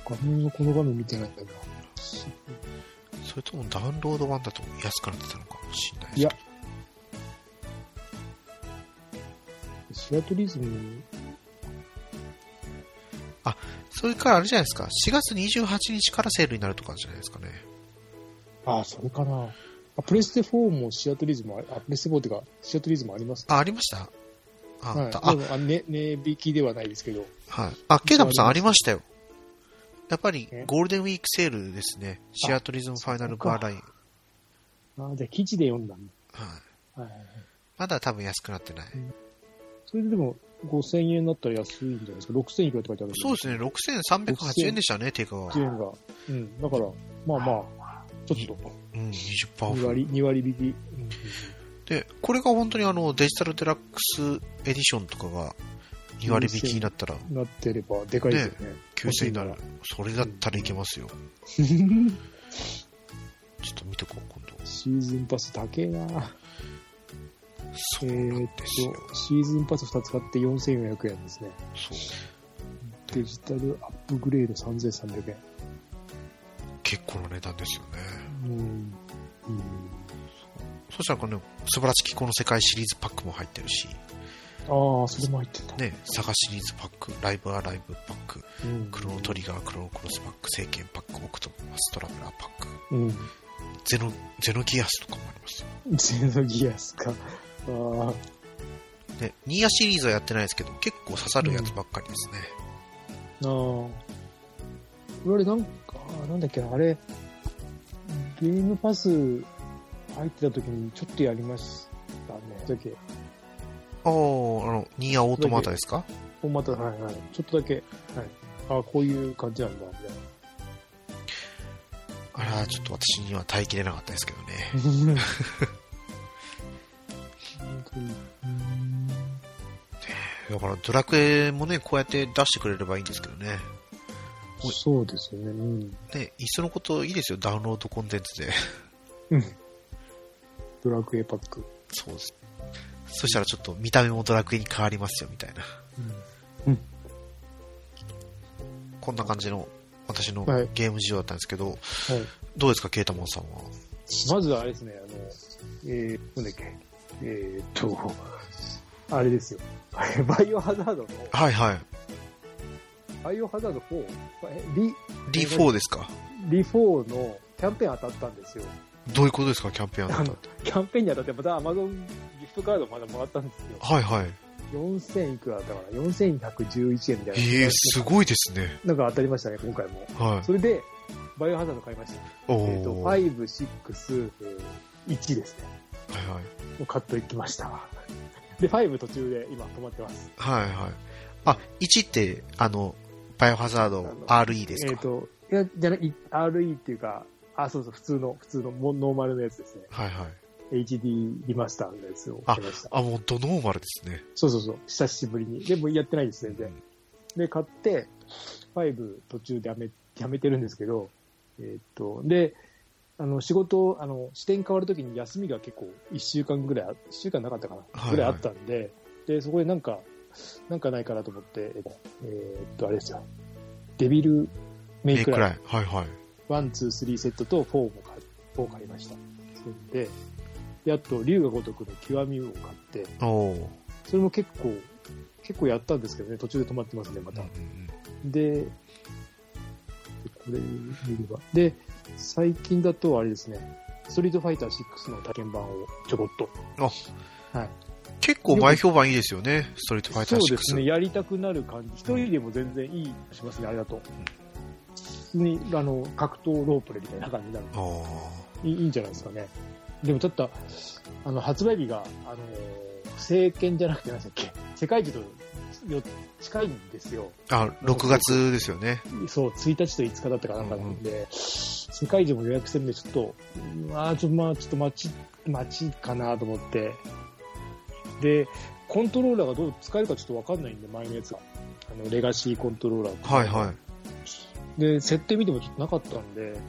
画面のこの画面見てないんだな。
それともダウンロード版だと安くなってたのかもしれないです
いや。シシアトリズム、
それからあれじゃないですか、4月28日からセールになるとかじゃないですかね。
ああ、それかな。あプレステ4もシアトリズムあ、あプレステ4っていうか、シアトリズムありますね。
あ、ありましたああ
は
っ
い、
た。
でもあね、値引きではないですけど、
あ、はい。あ、ケイダムさんありましたよ。やっぱり
え
ゴールデンウィークセールですね。シアトリズムファイナルバーライン。
あじゃあ記事で読んだん
はい。
だ。はいはいはい、
まだ多分安くなってない。
それででも、5000円だったら安いんじゃないですか。6000いくらって書いてある
そうですね、6380円でしたね、定価は。
1円が。うん、だから、まあまあ、ちょっと、
うん、20%オ
2
フ。
割、二割引き。うんうん
で、これが本当にあのデジタルデラックスエディションとかが2割引きになったら
うんなってれば、でかいですよね。
9000円になる。それだったらいけますよ。ちょっと見てこう、今度。
シーズンパス高えな
そ
え
うなん
ーっ
ですよ。
と、シーズンパス2つ買って4400円ですね。
そう。
デジタルアップグレード3300円。
結構な値段ですよね。
うん。うん。
そしたらこの素晴らしきこの世界シリーズパックも入ってるし、
ああ、それも入ってた。
ね、サガシリーズパック、ライブアライブパック、
うん。
クロノトリガー、クロノクロスパック、聖剣パック、オクトパストラブラーパック、
うん。
ゼノ、ゼノギアスとかもありますよ。
ゼノギアスか。ああ、
ね、ニーヤシリーズはやってないですけど、結構刺さるやつばっかりですね。
なあ。俺、なんか、なんだっけな、あれ、ゲームパス入ってた時にちょっとやりましたね。だっけ、
ああ、あの、ニーヤオートマタですか
おまた、はいはい。ちょっとだけ、はい。ああ、こういう感じ なんだ、みたいな。
あら、ちょっと私には耐えきれなかったですけどね。
うん
だから、ドラクエもね、こうやって出してくれればいいんですけどね。
そうですよね。うん。
ね、いっそのこといいですよ、ダウンロードコンテンツで。
ドラクエパック。
そうです。そしたらちょっと見た目もドラクエに変わりますよ、みたいな。こんな感じの私の
はい
ゲーム事情だったんですけど、
はい。
どうですか、ケータモンさんは。
まずはあれですね、あの、えー、なんだっけ、えー、っと、あれですよ。 バイオハザードの、
はいはい。
バイオハザード4、えリ、
D4 ですか
リ4のキャンペーン当たったんですよ。
どういうことですか、キャンペーンあ
あ
った
の、キャンペーンに当たって、また Amazon ギフトカードまだもらったんですよ。
はいはい。
4000いくらだったかな ?4111 円みたいな。
ええすごいですね。
なんか当たりましたね、今回も。
は
それで、バイオハザード買いました。
い。お
え
お、
っ、と、
はい
5、6、えー1ですね。
はい。
もう買ってきました。で、5途中で今止まってます。
はいはい。あ、1って、あの、バイオハザード RE です
えっ、
か、
と、いや、じゃない、RE っていうか、あ、そうそう、普通の、普通の、もノーマルのやつですね。
はいはい。
HD リマスターのやつを買いました。
あ、もうドノーマルですね。
そうそうそう、久しぶりに。でもやってないです、全然。で、買って、5途中でやめ、やめてるんですけど、えっ、と、で、あの、仕事、あの、視点変わるときに休みが結構1週間ぐらいあ、1週間なかったかな、
はいはい
ぐらいあったんで、で、そこでなんか、なんかないかなと思って、えっ、と、あれですよ、デビルメ
え
イ
え
ク
く
ラ
ら
イ、
い。はいはい。
ワン、ツー、スリーセットと4も買い、4買いました。それで、で、あと、竜が如くの極みを買って、
おお、
それも結構、結構やったんですけどね、途中で止まってますね、ま
うんう
た。
ん
で、これ見れば。で、最近だとあれですね、ストリートファイター6の体験版をちょこっと。
うん。結構前評判いいですよね、ストリートファイタ
そ
ー
う
6。
ですね、やりたくなる感じ。一人でも全然いい気しますね、あれだと。普通に、あの、格闘ロープレみたいな感じになる。
あ
いいいいんじゃないですかね。でもちょっと、あの、発売日が、あの、政権じゃなくて何でしたっけ世界中とよ近いんですよ。
あ。あ、6月ですよね。
そう、1日と5日だったかなんかなんで、世界中も予約してるんで、ちょっと、まあ、ちょっと、まあ、ちょっと待ち、待ちかなと思って。で、コントローラーがどう使えるかちょっとわかんないんで、前のやつが。あの、レガシーコントローラーとか
はいはい。
で、設定見てもちょっとなかったんで、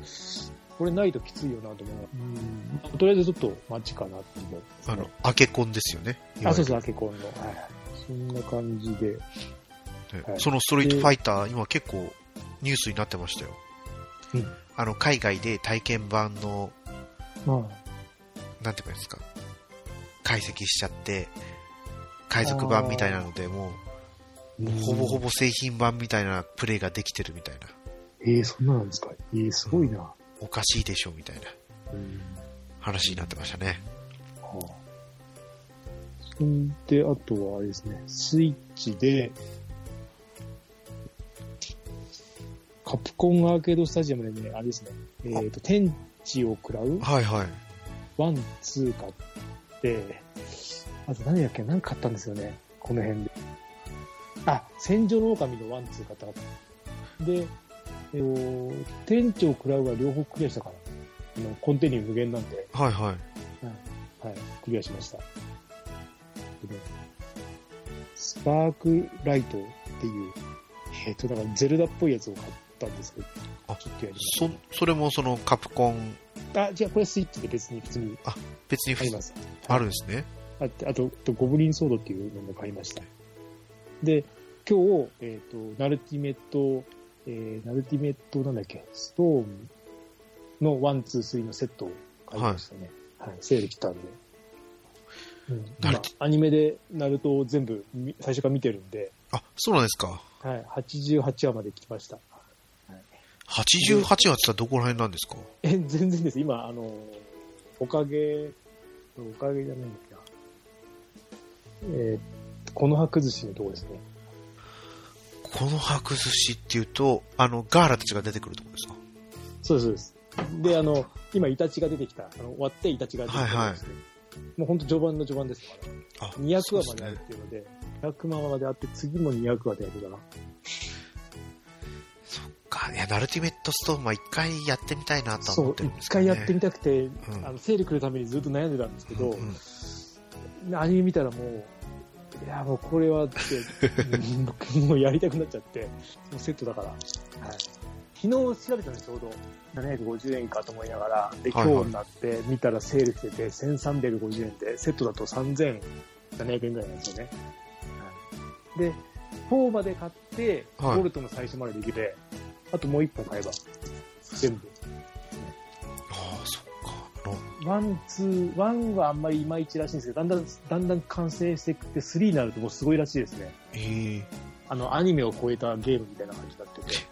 これないときついよなと思う。うん。とりあえずちょっと待ちかなって思う。
あの、アケコンですよね。
あ、そう
う。
そう、アケコンの。はい。そんな感じで。はい
そのストリートファイター、今結構ニュースになってましたよ。
うん
あの、海外で体験版の、
まあ、
なんていうんですか、解析しちゃって、海賊版みたいなので、もう、もうほぼほぼ製品版みたいなプレイができてるみたいな。
ええそんななんですか。ええすごいな。
おかしいでしょみたいな
うん。
話になってましたね。
はあ。そんで、あとはあれですね、スイッチで、カプコンアーケードスタジアムでね、あれですね、えっ、と、天地を食らう
はいはい。
ワン、ツー買って、あと何だっけ何買ったんですよねこの辺で。あ、戦場の狼のワン、ツー買ったかった。で、えー、天地を食らうは両方クリアしたから、あのコンティニュー無限なんで、
はいはい。
はい、クリアしました。でねスパークライトっていう、えっ、と、なんかゼルダっぽいやつを買ったんですけど、
あ
ちょっとやりまし
そ、それもそのカプコン、
た。あ、じゃあこれスイッチで別に普通に
別に
あります。
あるんですね。
あって、あと、あとゴブリンソードっていうのも買いました。で、今日、えっ、と、ナルティメット、えー、ナルティメットなんだっけ、ストーンのワン、ツー、スリーのセットを買いましたね。はい、セール来たんで。うん、
ナ
ま
ル
あ
テ
アニメでナルトを全部み最初から見てるんで、
あ、そうなんですか。
はい、88話まで来ました。
88話って言ったらどこら辺なんですか
え、全然です。今、あの、おかげ、おかげじゃないんだっけな。えー、この白寿司のとこですね。
この白寿司っていうと、あの、ガーラたちが出てくるところですか
そうです、そうです。で、あの、今、イタチが出てきた。あの、割ってイタチが出てきた。
はいはい
もう本当序盤の序盤ですから。
あ、
200
そうで
話ますである
ね
っ。ていうので、200話まであって、次も200話でやるかな。
かいや、ナルティメットストーンは一回やってみたいなとは
そ
思
う
っ、てるんで
一
すけど
回
ね。
やってみたくて、
ん
あの整理くるためにずっと悩んでたんですけど、
うん
アニメ見たらもう、いや、もうこれはって、うん僕 もうやりたくなっちゃって、もうセットだから。はい昨日調べたんです、ちょうど。750円かと思いながら、で、
は
今
いはい
日になって、見たらセールしてて、1350円で、セットだと3700円ぐらいなんですよね。はいで、4まで買って、
はい
ボルトの最初までできて、あともう1本買えば、全部。
ああ、そっか。あの、
ワン、ツー、ワンはあんまりいまいちらしいんですけど、だんだん、だんだん完成してくって、スリーになるともうすごいらしいですね。
えー、
あの、アニメを超えたゲームみたいな感じになってて。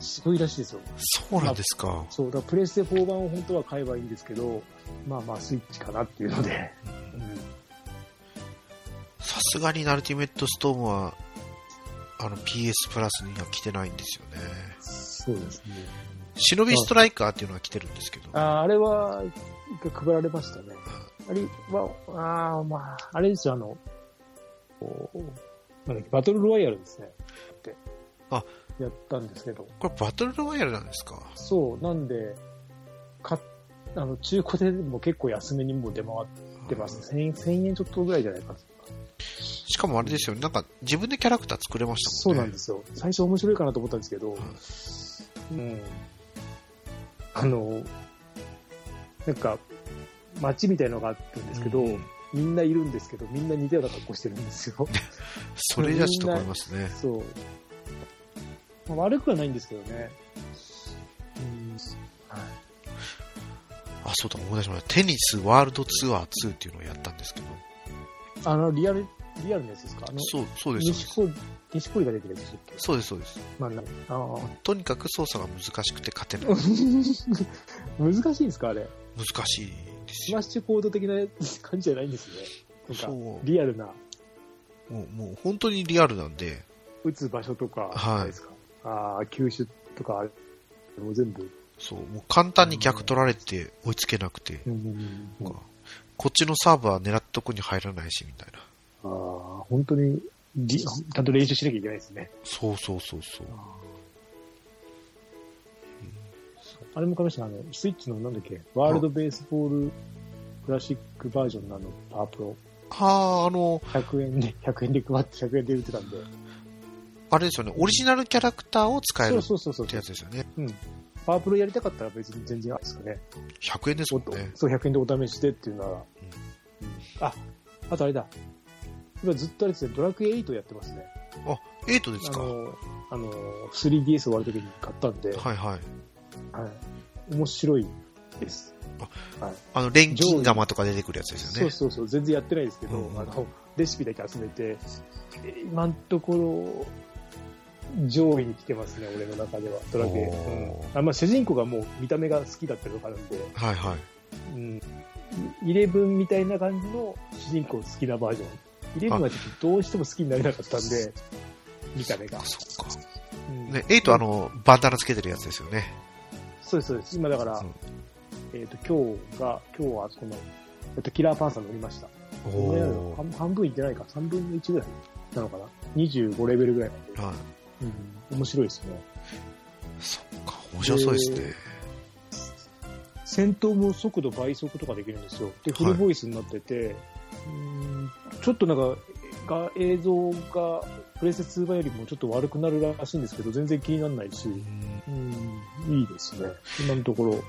すごいらしいですよ。
そうなんですか。
そう、だからプレステ4版を本当は買えばいいんですけど、まあまあスイッチかなっていうので。
さすがにナルティメットストームは、あの PS プラスには来てないんですよね。
そうですね。
忍びストライカーっていうのは来てるんですけど。
ああれは、一回配られましたね。あれは、ああ、まあ、あれですよ、あの、こうなんだっけ、バトルロワイヤルですね。って。
あ。
やったんですけど。
これバトルロワイヤルなんですか
そう、なんで、かあの中古でも結構安めにもう出回ってます。1000円 ,1000 円ちょっとぐらいじゃないかな。
しかもあれですよね、なんか自分でキャラクター作れました
そ
も
う
んね。
なんですよ。最初面白いかなと思ったんですけど、うん。あの、なんか、街みたいのがあるんですけど、
うん
みんないるんですけど、みんな似たような格好してるんです よ。
それじゃちょっと困りますね。
そう。まあ悪くはないんですけどね。うん。はい。
あ、そうだ、思い出しました。テニスワールドツアー2っていうのをやったんですけど。
あの、リアル、リアルのやつですかあの、
そう、そうです。
西堀、西堀が出てるやつでしたっけ
そうです、そうです。
まあ、なあー
とにかく操作が難しくて勝てない。
難しいんですかあれ。
難しいです
スマ
よ。
ッシュコード的な感じじゃないんですね。
そう。
なんか、
も
リアルな
う、もう本当にリアルなんで、
打つ場所とか、
はい
ですか。ああ、球種とか、もう全部。
そう、もう簡単に逆取られて追いつけなくて、なんかこっちのサーブは狙ったとこに入らないし、みたいな。
ああ、本当にリ、ちゃんと練習しなきゃいけないですね。
そうそうそうそう。
あれもかました、あの、スイッチのなんだっけ、ワールドベースボールクラシックバージョンのあの、パワープロ。
あー、あの、
100円で、100円で配って100円で売ってたんで。
あれですよね、オリジナルキャラクターを使える
そう
っ
そうそうそう
て。やつですよね。
パワープロやりたかったら別に全然あれですかね。
100円です
お
も
っと
んね。
そう、100円でお試しでっていうなら。うんあ、あとあれだ。今ずっとあれですね、ドラクエ8やってますね。
8です
あ
かは
の、あの、3DS 終わるときに買ったん
い
で、
はい。
はい。面白いです。
あの、錬金釜とか出てくるやつですよ
そう
ね。
そうそう、全然やってないですけど、
うん
あの、レシピだけ集めて、今のところ、上位に来てますね、俺の中では、ドラクエ。
おー
うんあまあ、主人公がもう見た目が好きだったりとかなんで、
はいはい。
うん、イレブンみたいな感じの主人公好きなバージョン。イレブンはちょっとどうしても好きになれなかったんで、見た目が。
そっか。
うん
ね、8あの、バンダナつけてるやつですよね。
そうです、そうです。今だから、
うん
えっ、と、今日が、今日はこの、えっと、キラーパンサー乗りました。
お
これは
お。
半半分いってないか、3分の1ぐらいなのかな。25レベルぐらいなんで、
はい。
うん、面白いですね。
そっか、面白そうですね。
戦闘も速度倍速とかできるんですよ。で、フルボイスになってて、うーんちょっとなんか、が映像がプレセ2版よりもちょっと悪くなるらしいんですけど、全然気にならないし、
うん
うん、いいですね。今のところ、はい、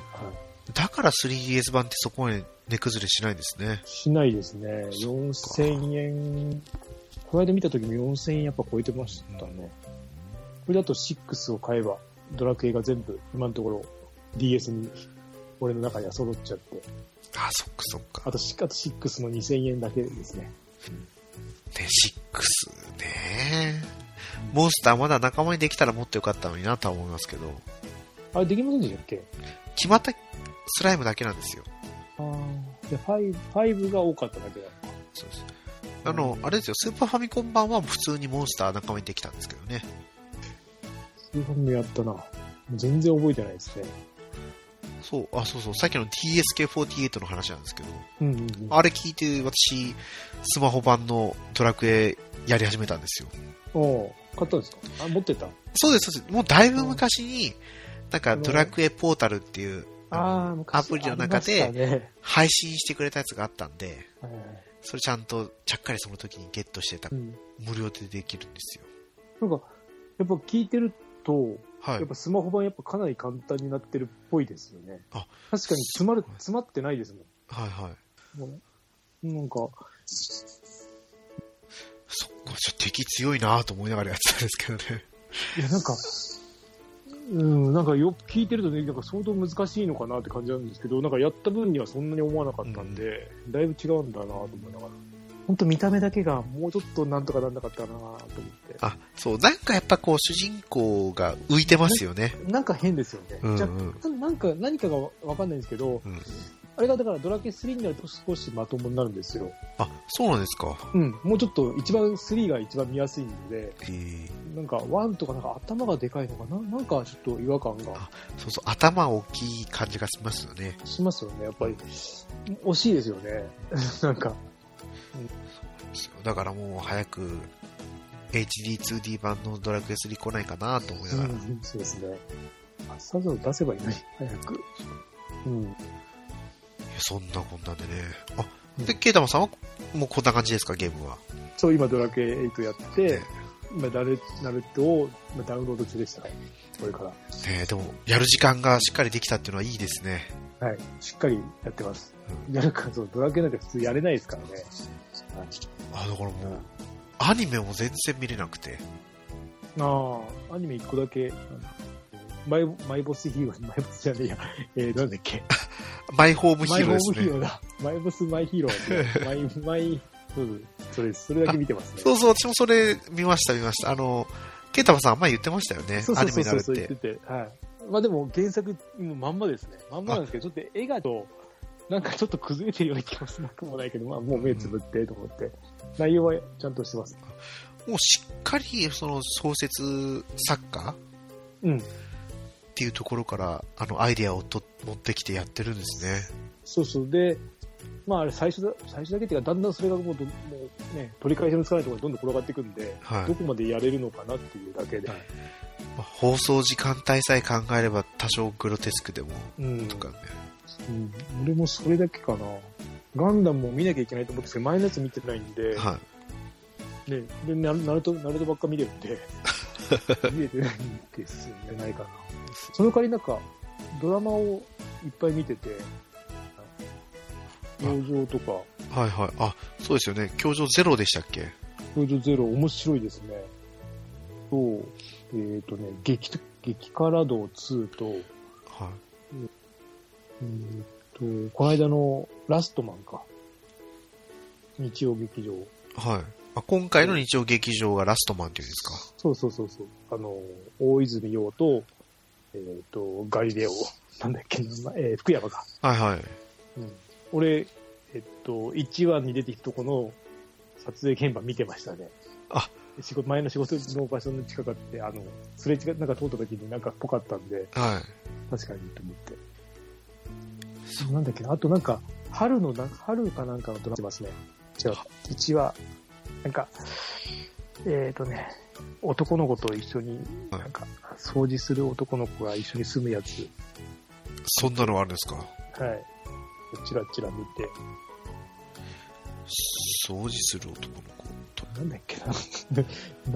だから 3DS 版ってそこまで値崩れしないんですね。
しないですね。4000円、この間見た時も4000円やっぱ超えてましたね。これだと6を買えば、ドラクエが全部、今のところ DS に、俺の中には揃っちゃって。
あ、そっかそっか。
あと、しあと6の2000円だけですね。
ね、6ね。モンスターまだ仲間にできたらもっと良かったのになとは思いますけど、
あれ、できませんでしたっけ
決まったスライムだけなんですよ。
ああ。で、5、5が多かっただけだ。
そうです。あの、あれですよ、スーパーファミコン版は普通にモンスター仲間にできたんですけどね。
そういう本もやったな。全然覚えてないですね。
そう、あ、そうそう、さっきの TSK48 の話なんですけど、
うんうんうん。
あれ聞いて私、スマホ版のドラクエやり始めたんですよ。
おう買ったんですかあ、持ってた
そうです、そうです。もうだいぶ昔に、なんかドラクエポータルっていう、あのアプリの中
あり
で
ましたね
配信してくれたやつがあったんで、
はいはい
それちゃんとちゃっかりその時にゲットしてた
う。ん
無料でできるんですよ。
なんか、やっぱ聞いてると、
は
や
い
っ。ぱスマホ版やっぱかなり簡単になってるっぽいですよね。
あ
確かに詰まる、詰まってないですも
はいはい。
ん。もうなんか、
そっか、ちょっと敵強いなぁと思いながらやってたんですけどね。
いやなんか、うん、なんかよく聞いてるとね、なんか相当難しいのかなって感じなんですけど、なんかやった分にはそんなに思わなかったんで、だいぶ違うんだなと思いながら。ほんと見た目だけがもうちょっとなんとかなんなかったなと思って。
あ、そう、なんかやっぱこう主人公が浮いてますよね。
なんか変ですよね。
うんう
じゃ
ん。
ななんか、何かがわかんないんですけど、
うん
あれがだからドラケ3になると少しまともになるんですよ。
あ、そうなんですか。
うん、もうちょっと一番3が一番見やすいので、
えー
なんか1とかなんか頭がでかいのかな、なんかちょっと違和感が
そうそう、頭大きい感じがしますよね。
しますよね、やっぱり。惜しいですよね。 なんか、
だからもう早く HD2D 版のドラクエ3来ないかなぁと思いながら。
うんそうですね。あさぞ出せばいいのに、早く。うん。
そんなこんなんでね。あ、で、ケイタマさんはもうこんな感じですか、ゲームは。
そう、今ドラケ8やって
ね、
今ダル、ナルトを今ダウンロード中でしたね。これから。
ねえでも、やる時間がしっかりできたっていうのはいいですね。
はい、しっかりやってます。
う
やるか、そう、ドラケなんて普通やれないですからね。はい
あ、だからもう、アニメも全然見れなくて。
ああ、アニメ一個だけ、マイマイボスヒーロー、マイボスじゃねえや、えー、なんだっけ、
マイホームヒ
マイ
ーロ
ホ
ーです
ームヒー
ね。
ローだ。マイボスマイヒー ローだね。マイ、マイ、うん、それです。それだけ見てますね。
そうそう、私もそれ見ました、見ました。あの、ケイタマさんあんまり言ってましたよね
そう、
ア
そう
ニメ
そう
になる
そう
っ
そう言って
て。
て。はい。まあでも原作、もうまんまですね。まんまなんですけど、ちょっと絵がと、なんかちょっと崩れてるような気がしなくもないけど、まあもう目つぶってと思って。内容はちゃんとしてます。
もうしっかり、その創設作家
うん。
っていうところから、あの、アイデアをと持ってきてやってるんですね。
そうそう。で、まああれ最初だ、最初だけっていうか、だんだんそれがもうど、もうね、取り返しのつかないところにどんどん転がっていくんで、
はい
ど。こまでやれるのかなっていうだけで。
まあ放送時間帯さえ考えれば多少グロテスクでも、
うん
とかね。
うん。俺もそれだけかな。ガンダムも見なきゃいけないと思うんですけど、前のやつ見てないんで、
はい。
ね、で、ナルナルト、ナルトばっか見れるんで、見れてないんですよね、ないかな。その代わりなんか、ドラマをいっぱい見てて、表情とか、
はいはい。あ、そうですよね。教場ゼロでしたっけ
表情ゼロ面白いですね。と、えっ、とね、激、激辛道2と、う
はい。
ーんと、この間のラストマンか。日曜劇場。
はい。あ今回の日曜劇場がラストマンっていうんですか。
そうそうそうそう。あの、大泉洋と、えっ、と、ガリレオ、 なんだっけ、名前えー福山が。
はいはい。
俺、えっ、と、1話に出てきたとこの撮影現場見てましたね。
あ
仕事前の仕事の場所の近くあって、あの、すれ違い、なんか通った時になんかっぽかったんで、
はい。
確かにと思って。なんだっけな、あとなんか、春のな、春かなんかのドラマ出てますね。違う、1話、なんか、えっ、とね、男の子と一緒に、
はい
なんか、掃除する男の子が一緒に住むやつ、
そんなのあるんですか。
はい。チラチラ見て、
掃除する男の子と。
なん だっけな、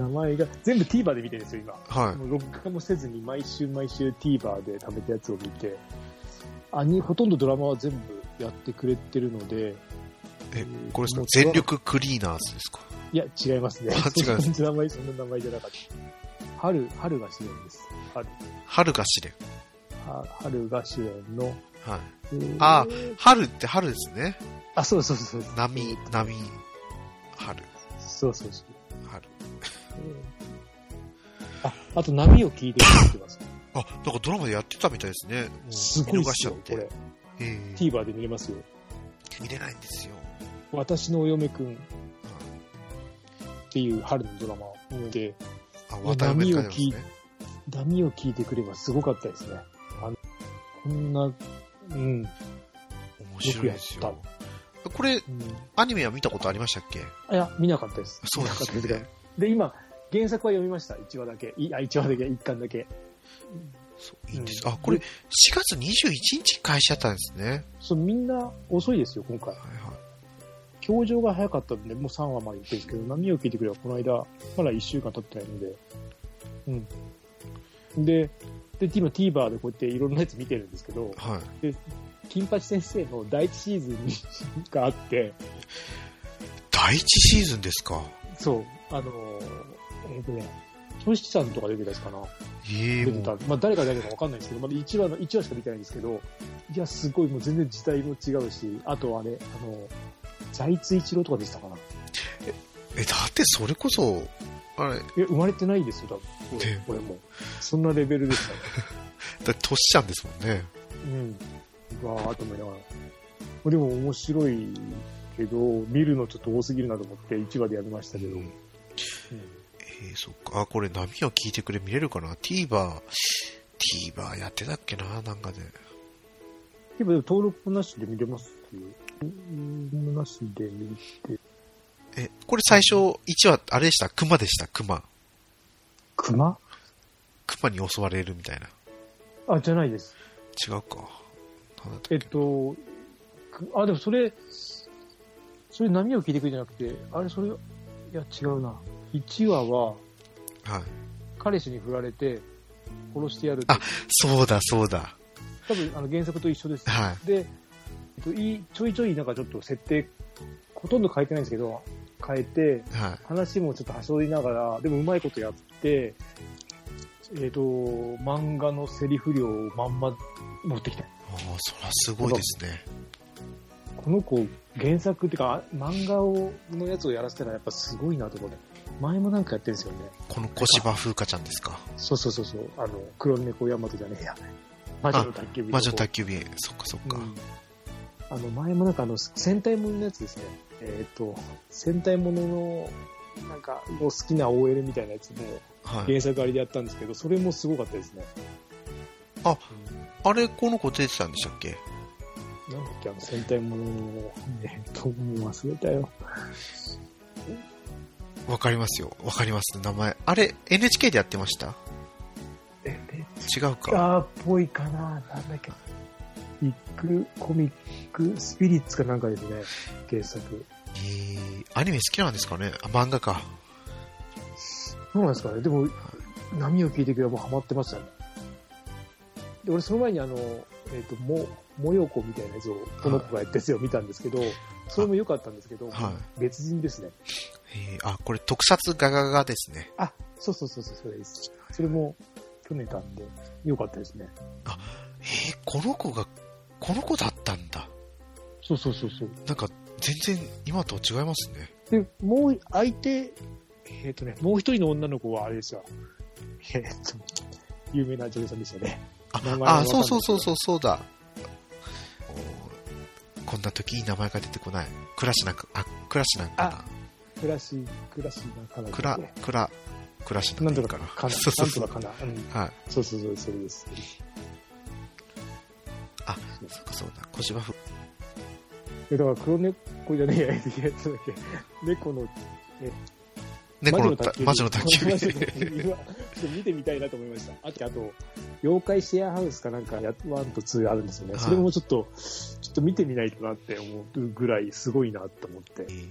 名前が、全部 TVer で見てるんですよ、今。
はい。
もう録画もせずに毎週毎週 TVer で貯めたやつを見て、あにほとんどドラマは全部やってくれてるので、
え
うん、
これですか
もう
全力クリーナーズですか。
いや、違いますね。
あ違うんです
そんな名前、そんな名前じゃなかった。春、春が主演です。春、
春が試練。
は春が主演の。
はい。
えー
あ春って春ですね。
あ、そうそうそうそう。
波、波、春、
そうそうそう。
春。
えーあ、あと波を聞いてるってます。
あ、なんかドラマでやってたみたいですね。もう
すごい っ
見逃し
す
ちゃっ
よ、こ
て。
れ。
えー
TVer で見れますよ。
見れないんですよ。
私のお嫁くんっていう春のドラマを見て、
あ、渡辺美香です
波を聞
ね。
ダミを聞いてくればすごかったですね。あの、こんな、うん、よ
面白い
くや
で
っ
す
た。
よ。これ、
うん、い
アニメは見たことありましたっけ
や、見なかったです。
そうなんですよ
見なかった
ね。
けどで、今、原作は読みました。1話だけ。いあ、1話だけ、1巻だけ。
そういいんです。あ、これ、4月21日開始だったんですね。
そう、みんな遅いですよ、今回。
はいはい。
表情が早かったんで、もう3話まで行ってるんですけど、波を聞いてくればこの間、まだ1週間経ってないんで。うん。で、で、今 TVer でこうやっていろんなやつ見てるんですけど、
はい。
金八先生の第一シーズン があって、
第一シーズンですか。
そう、あのー、えっ、とね、トシさんとか出てたやつかな、
ええ
出て
も
た
う、、
まあ、誰が誰かわかんないですけど、まだ1話の、一話しか見てないんですけど、いや、すごい、もう全然時代も違うし、あとあれ、あのー、財津一郎とかでしたかな。
え、だってそれこそ、あれ、
え、生まれてないですよ、多分。
ね
俺俺も。そんなレベル でしたね。
だってトシちゃんですもんね。
うん。うわーと思いながら。でも面白いけど、見るのちょっと多すぎるなと思って、1話でやりましたけど。
うん
うん
えー、そっか。あ、これ波を聞いてくれ見れるかな ?TVer、TVer やってたっけななんかで、
でも登録なしで見れますよ。登録なしで見て。
え、これ最初、1話、あれでした熊でした熊。
熊
熊に襲われるみたいな。
あ、じゃないです。
違うか。なんだったっ
え
け
っと、くあ、でもそれ、それ波を聞いてくるじゃなくて、あれ、それ、いや、違うな。1話は、
はい。
彼氏に振られて、殺してやるって。
あそうだ、そうだ。
多分、あの、原作と一緒です。
はい。
で、えっと、いいちょいちょいなんかちょっと設定、ほとんど変えてないんですけど、変えて、
はい。
話もちょっと端折りながら、でもうまいことやって、えっ、と、漫画のセリフ量をまんま持ってきた。
ああ、そらすごいですね。
この子、原作っていうか、あ漫画をのやつをやらせたらやっぱすごいなと思って。前もなんかやってるんですよね。
この小芝風花ちゃんですか。
そうそうそうそう。あの、黒猫大和じゃねえや。魔女の宅急便。
魔女の宅急便。そっかそっか。
うんあの、前もなんかあの、戦隊もののやつですね。えっ、と、戦隊ものの、なんか、の好きな OL みたいなやつも、
はい。
原作ありでやったんですけど、それもすごかったですね。
ああれ、この子出てたんでしたっけ
なんだっけ、あの戦隊ものの、えっと、もう忘れたよ。
わかりますよ。わかります、名前。あれ、NHK でやってました
え、え、
違うか。
あーっぽいかな、なんだっけ。ビッグコミックスピリッツかなんかですね、原作。
えー、アニメ好きなんですかねあ、漫画か。
そうなんですかね。でも、波を聞いてくればもうハマってましたね。で、俺その前にあの、えっ、と、も、もよこみたいなやつを、この子がやったやつを見たんですけど、それも良かったんですけど、
は
別人ですね。
えー、あ、これ特撮ガガガですね。
あ、そうそうそうそう、それです。それも、去年いたんで、良かったですね。
えー、この子が、この子だったんだ。
そうそうそうそう。
なんか、全然今とは違いますね。
で、もう、相手、えっ、とね、もう一人の女の子は、あれですよ。えっ、と、有名な女優さんですよね。名前は
あ、
わかん
そ
な
う
い
そうそうそう、そうだ。おーこんな時いい名前が出てこない。クラシなんか、あ、クラシなんか
暮らし、暮らしなかな
な。クラ、クラ、クラシな
なんん
て
と
いう
か
かな。
かな。
そう
な
そうん
と
そう。
かかな。うん。
はい。
そうそうそう、それです。
そうかそうだ。小芝風。
えだから黒猫じゃねえや、えっとだっけ、猫の、
猫のた魔女の宅急
魔女の
便。
宅急便はちょっと見てみたいなと思いました。あと、あと、妖怪シェアハウスかなんか、や1と2あるんですよね。
はい
それもちょっと、ちょっと見てみないとなって思うぐらい、すごいなと思って
え。ー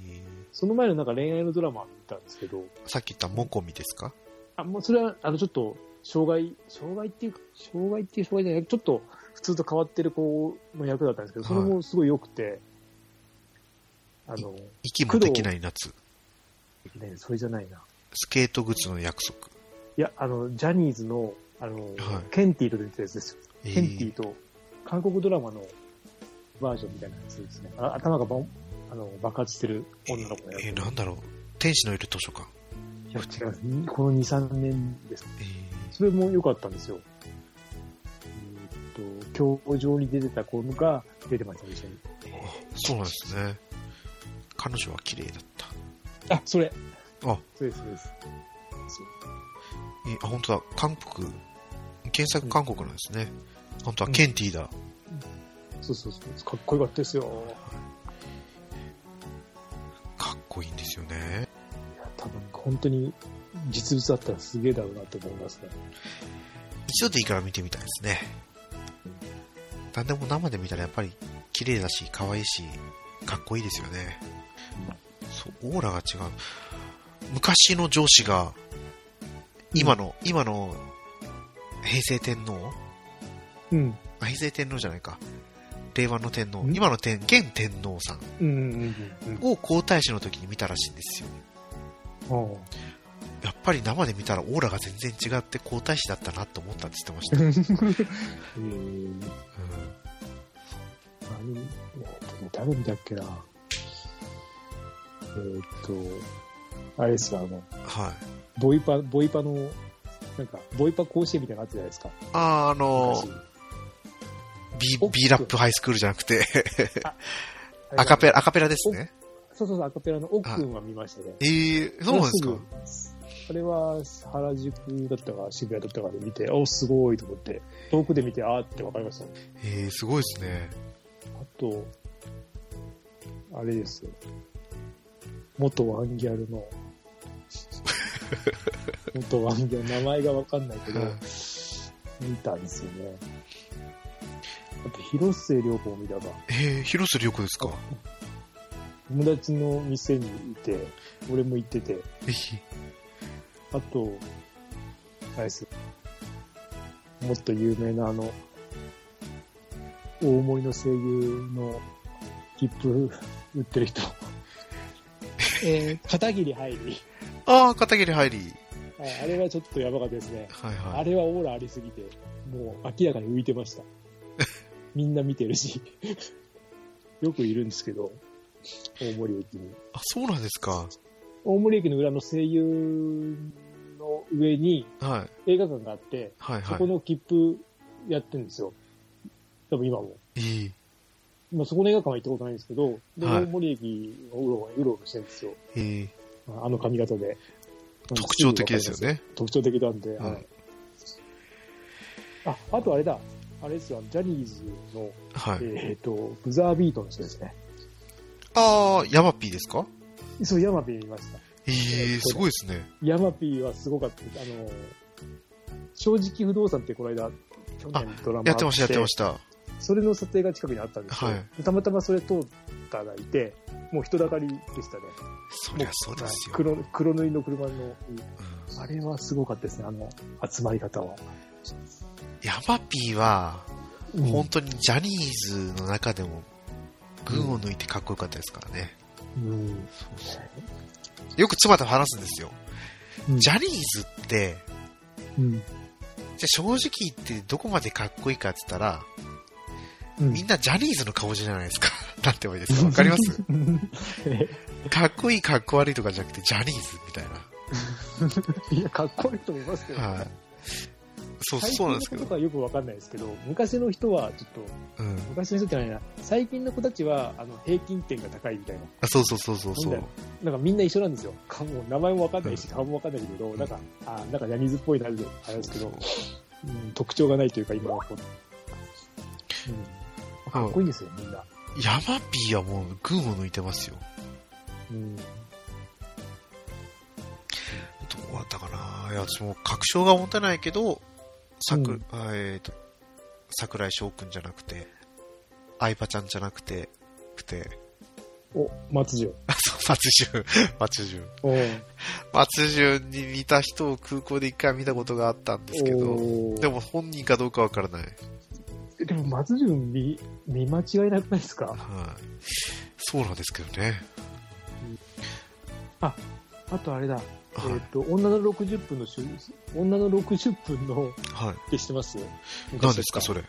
その前のなんか恋愛のドラマ見たんですけど、
さっき言ったモコミですか
あ、もうそれは、あの、ちょっと、障害、障害っていうか、障害っていう障害じゃない、ちょっと、普通と変わってる子の役だったんですけど、それもすごい良くて、あの、
息もできない夏。
ね、それじゃないな。
スケート靴の約束。
いや、あの、ジャニーズの、あの、
はい
ケンティーと出てたやつですよ。
えー
ケンティーと、韓国ドラマのバージョンみたいなやつですね。あ頭がボンあの爆発してる女の子のやつ。
えーなんだろう。天使のいる図書館。
いや違いますこの2、3年です。
えー
それも良かったんですよ。えーっと、教場に出てた子が出てました、一緒に。
あそうなんですね。彼女は綺麗だった。
あ、それ。
あ
そうです、そうです。そう
えーあ、本当だ。韓国。原作韓国なんですね。本当はケンティーだ。
そうそうそう。かっこよかったですよ。
かっこいいんですよね。
いや多分、本当に実物あったらすげえだろうなと思いますね。
一度でいいから見てみたいですね。何でも生で見たらやっぱり綺麗だし、可愛いし、かっこいいですよね。そう、オーラが違う。昔の上司が、今の、今の、平成天皇
うん。
あ平成天皇じゃないか。令和の天皇。
ん
今の天、現天皇さん
うんうんうん
を皇太子の時に見たらしいんですよ。
うん。あ
やっぱり生で見たらオーラが全然違って皇太子だったなと思ったって言ってました。 う
えー、
ん
何、えっとね、誰見たっけな。えーっと、あれですわあの、
はい。
ボイパ、ボイパの、なんか、ボイパ甲子園みたいなのあったじゃないですか。
あーあの B
昔、お、
B ラップハイスクールじゃなくて、
あ
アカペラ、アカペラですね。
そうそうそう、アカペラの奥君は見ましたね。
えー、そうなんですか
あれは原宿だったか渋谷だったかで見て、お、すごいと思って、遠くで見て、あーってわかりました。
えー、すごいですね。
あと、あれですよ。元ワンギャル の、元ワンギャル、名前がわかんないけど
はい、
見たんですよね。あと、広末涼子を見たか。
えー、広瀬涼子ですか
友達の店にいて、俺も行ってて、
えー
あと、あれですよ。もっと有名なあの、大盛りの声優の切符売ってる人。えー、片桐入り。
ああ、片桐入り。
はいあれはちょっとやばかったですね。
はいは
あ
い。
れはオーラありすぎて、もう明らかに浮いてました。みんな見てるし。よくいるんですけど、大森駅に。
あ、そうなんですか。
大森駅の裏の声優の上に
はい。
映画館があって、
はい
そ
は
こ
い。
の切符やってるんですよ。多分今も。
えー、
まあ、そこの映画館は行ったことないんですけど、で、
はい
大森駅をうろうろうろうろしてるんですよ。
えー、
あの髪型で。
特徴的ですよね。
特徴的なんで、
うん
はいあ、あとあれだ。あれですよ、ジャニーズの、
はい。
えっ、と、ブザービートの人ですね。
ああ、ヤマピーですか
そう、ヤマピー見ました。
えー、すごいですね。
ヤマピーはすごかった。あの、正直不動産ってこの間、去年ドラマ
やってました、やってま
し
した。
た。それの撮影が近くにあったんですよ。
はい
でたまたまそれ通ったらいて、もう人だかりでしたね。
そりゃそうですよ。
黒黒塗りの車
う
の、
ん
あれはすごかったですね、あの、集まり方は。
ヤマピーは、
うん
本当にジャニーズの中でも、群を抜いてかっこよかったですからね。
うん。
よく妻と話すんですよ。
うん
ジャニーズって、
うん。
じゃあ正直言ってどこまでかっこいいかって言ったら、
うん
みんなジャニーズの顔じゃないですか。 なんて言えばいいですかわかりますかっこいいかっこ悪いとかじゃなくて、ジャニーズみたい
いや、かっこいいと思いますけど、
な。はい。そう、
最
そう
近
なん
の
ですけ
子
ど
と。かはよくわかんないですけど、昔の人はちょっと、
うん。
昔の人じゃないな、最近の子たちはあの平均点が高いみたいな、
あそうそうそうそうそ
そうう。なんかみんな一緒なんですよ。顔も名前もわかんないし、顔もわかんないけど、なんか、あなんかジャニーズっぽいな、あれですけど、うん、特徴がないというか、今はこう、うん、かっこいいんですよ、みんな。
ヤマピーはもう群を抜いてますよ。
うん
どうだったかないや、私もう確証が持てないけど、さ
う
く
ん、
あえっ、と、桜井翔くんじゃなくて、相葉ちゃんじゃなくて、くて、
お、松潤。
あ、そう、松潤、松潤。
お
松潤に似た人を空港で一回見たことがあったんですけど、で
でも、
も本人かどうかわからない。
でも松潤見、見間違いなくないですか
はい。そうなんですけどね。
あとあれだ、
はい
えっ、。と、女の60分のしゅ、女の60分の、
はい。
ってしてますよ。
何ですか、それ。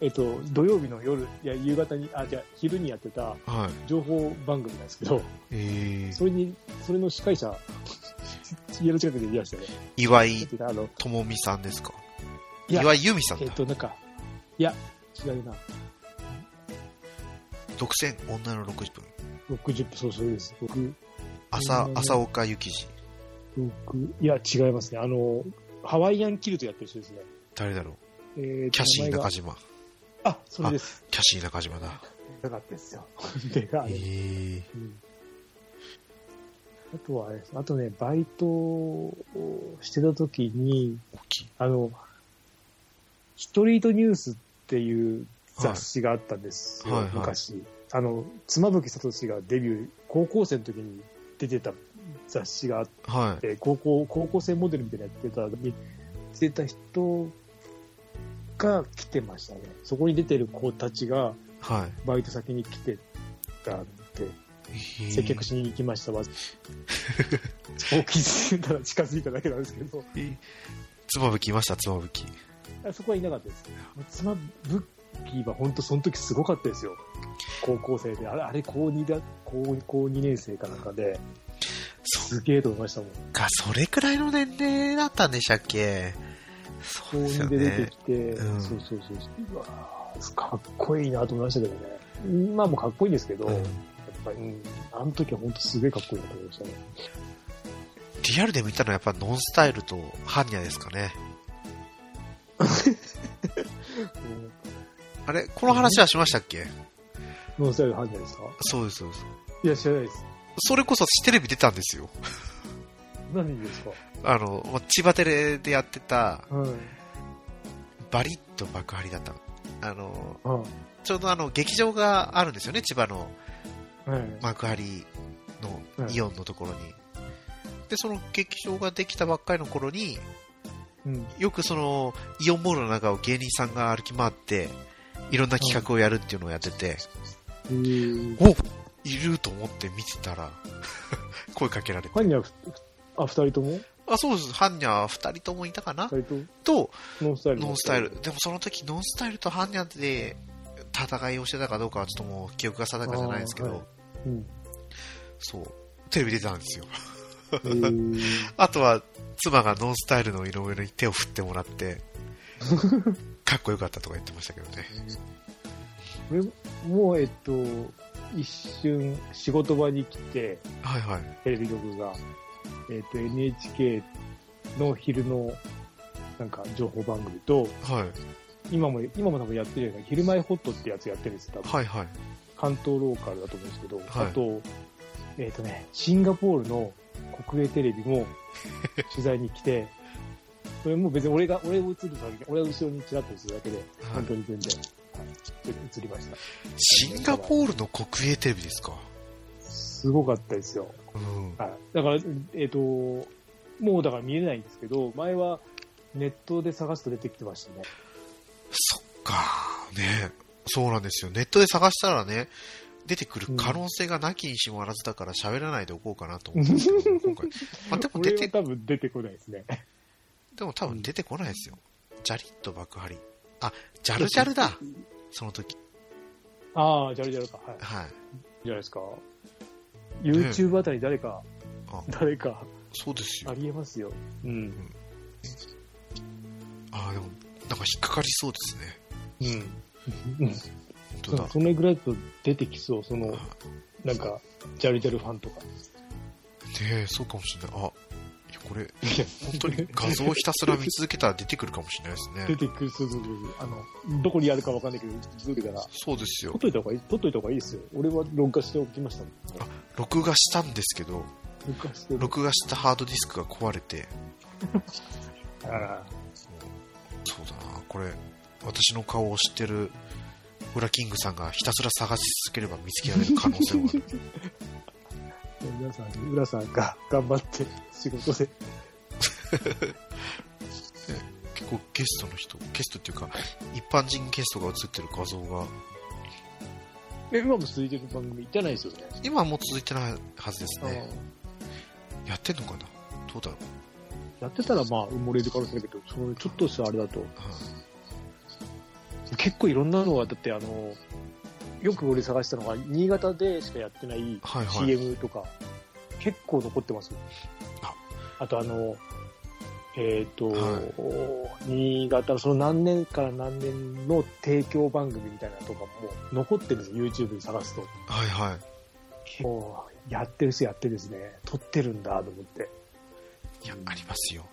えっ、と、土曜日の夜、いや、夕方に、あ、じゃあ昼にやってた
はい。
情報番組なんですけど、
えー、
それに、それの司会者、家の近くでいましたね。
岩
なん
井
ていうかあの、
智美さんですか
いや
岩井由美さん
えっ、
だ。
と、なんか、いや、違うな。
独占女の60分。
60分、そうそうです。僕、
朝
う、ん
朝岡幸二。
僕、いや、違いますね。あの、ハワイアンキルトやってる人ですね。
誰だろう
えーと
キャシー
名前
中
が
島。
あ、それです。
キャシー中島だ。
なかったですよ。 であ
え
れ
ー、
うんあとはあれですあとね、バイトをしてた時に、
大きい。
あの、ストリートニュースっていう雑誌があったんですよ、
はいはいはい
昔。あの、妻夫木聡がデビュー、高校生の時に出てた雑誌があっ
はい。
て、高校、高校生モデルみたいなのやってたのに、出てた人が来てましたね。そこに出てる子たちが
はい。
バイト先に来てたんで、
えー
接客しに行きましたわ。そう気づいたら近づいただけなんですけど、
えー妻夫木いました、妻夫木。
あそこはいなかったです。妻ブッキーは本当その時すごかったですよ。高校生で、あれ、あれ高2だ、高高2年生かなんかで、
そ
すげえと思いましたもん。
っか、それくらいの年齢だったんでしたっけ
高
そうですよ
2で出
ね
て。きて、
うん
そうそうそうそう。うわーかっこいいなと思いましたけどね。今もかっこいいんですけど、
うん
やっぱり、うん、あの時は本当すげえかっこいいなと思いましたね。
リアルで見たのはやっぱノンスタイルとハンニャですかね。
うん
あれこの話はしましたっけ
ノンスタイル犯人ですか
そうです、そうです。
いや、知らないです。
それこそテレビ出たんですよ。
何ですか
あの、まあ千葉テレでやってた、
はい。
バリッと爆張りだったの。あの、
あ
ちょうどあの、劇場があるんですよね、千葉の
はい。
幕張のイオンのところに。で、その劇場ができたばっかりの頃に、
うん。
よくその、イオンモールの中を芸人さんが歩き回って、いろんな企画をやるっていうのをやってて、
えー、
おいると思って見てたら、 声かけられて。
犯人はふ、あ、二人とも
あ、そうです。ハンニャ二人ともいたかな
二人とも
と、
ノンスタイル。
ノンスタイル。。でもその時、ノンスタイルとハンニャで戦いをしてたかどうかはちょっともう記憶が定かじゃないですけ
あーは
ど、
うん。
そう。テレビ出たんですよ。
えー、
あとは、妻がノンスタイルの井上に手を振ってもら って、かっこよかったとか言ってましたけどね。
これもう、えっと、一瞬仕事場に来て、
はいはい。
テレビ局が、えっと、NHK の昼の、なんか、情報番組と、
はい。
今も、今も多分やってるよね。昼前ホットってやつやってるんですよ、多分。
はいはい。
関東ローカルだと思うんですけど、
はい
あと、えっ、とね、シンガポールの国営テレビも取材に来て、 それも別に俺が、俺を映るだけ、俺は後ろにちらっとするだけで、
は
本当
い、
に全然、はい映りました。
シンガポールの国営テレビですか。
すごかったですよ。
うん。
はい。だから、えっ、と、もうだから見れないんですけど、前はネットで探すと出てきてましたね。
そっか。ねそうなんですよ。ネットで探したらね、出てくる可能性がなきにしもあらずだから喋らないでおこうかなと思ってます けど、今回。まあ、でも
俺
出
は
て、
多分出てこないですね。
でも多分出てこないですよ。ジャリッと爆張り。あ、ジャルジャルだ。その時。
ああ、ジャルジャルか。はい。いい
はい。
じゃないですか。YouTube あたり誰か、
あ
誰か、
そうです
あ
よ。
りえますよ。うん。
ああ、でも、なんか引っかかりそうですね。
う
本
ん。
当
そ
だ
う。そのぐらいだと出てきそう、その、
は
なんか、ジャルジャルファンとか。
いねえ、そうかもしれない。あ、いやこれ、本 当に画像をひたすら見続けたら出てくるかもしれないです
出
ね。
てくる、そうそうそうそうあの、どこにあるかわかんないけど、続けたら、
そうですよ
撮っ。といた方がいい、撮っといた方がいいですよ。俺は録画しておきましたもん。
録画したんですけど、
録画しておき
録画したハードディスクが壊れて、
あら
そうだな、これ、私の顔を知ってる、ウラキングさんがひたすら探し続ければ見つけられる可能性もあ る。
皆さん、浦さんが 頑張って仕事で。
結構ゲストの人、ゲストっていうか、一般人ゲストが映ってる画像が、
え、今も続いてる番組じゃないですよね。
今はもう続いてないはずですね。やってんのかなどうだろう
やってたらまあ埋もれる可能性だけど、そのちょっとしたあれだと、
うん
結構いろんなのは、だってあの、よく俺探したのが、新潟でしかやってない
はいはい。
CM とか、結構残ってますよ
あ
あとあの、えっ、と、
は
新潟のその何年から何年の提供番組みたいなのとかも残ってるんですよ、YouTube に探すと。
はいはい。
もう、やってる人やってるですね。撮ってるんだと思って。
いや、ありますよ。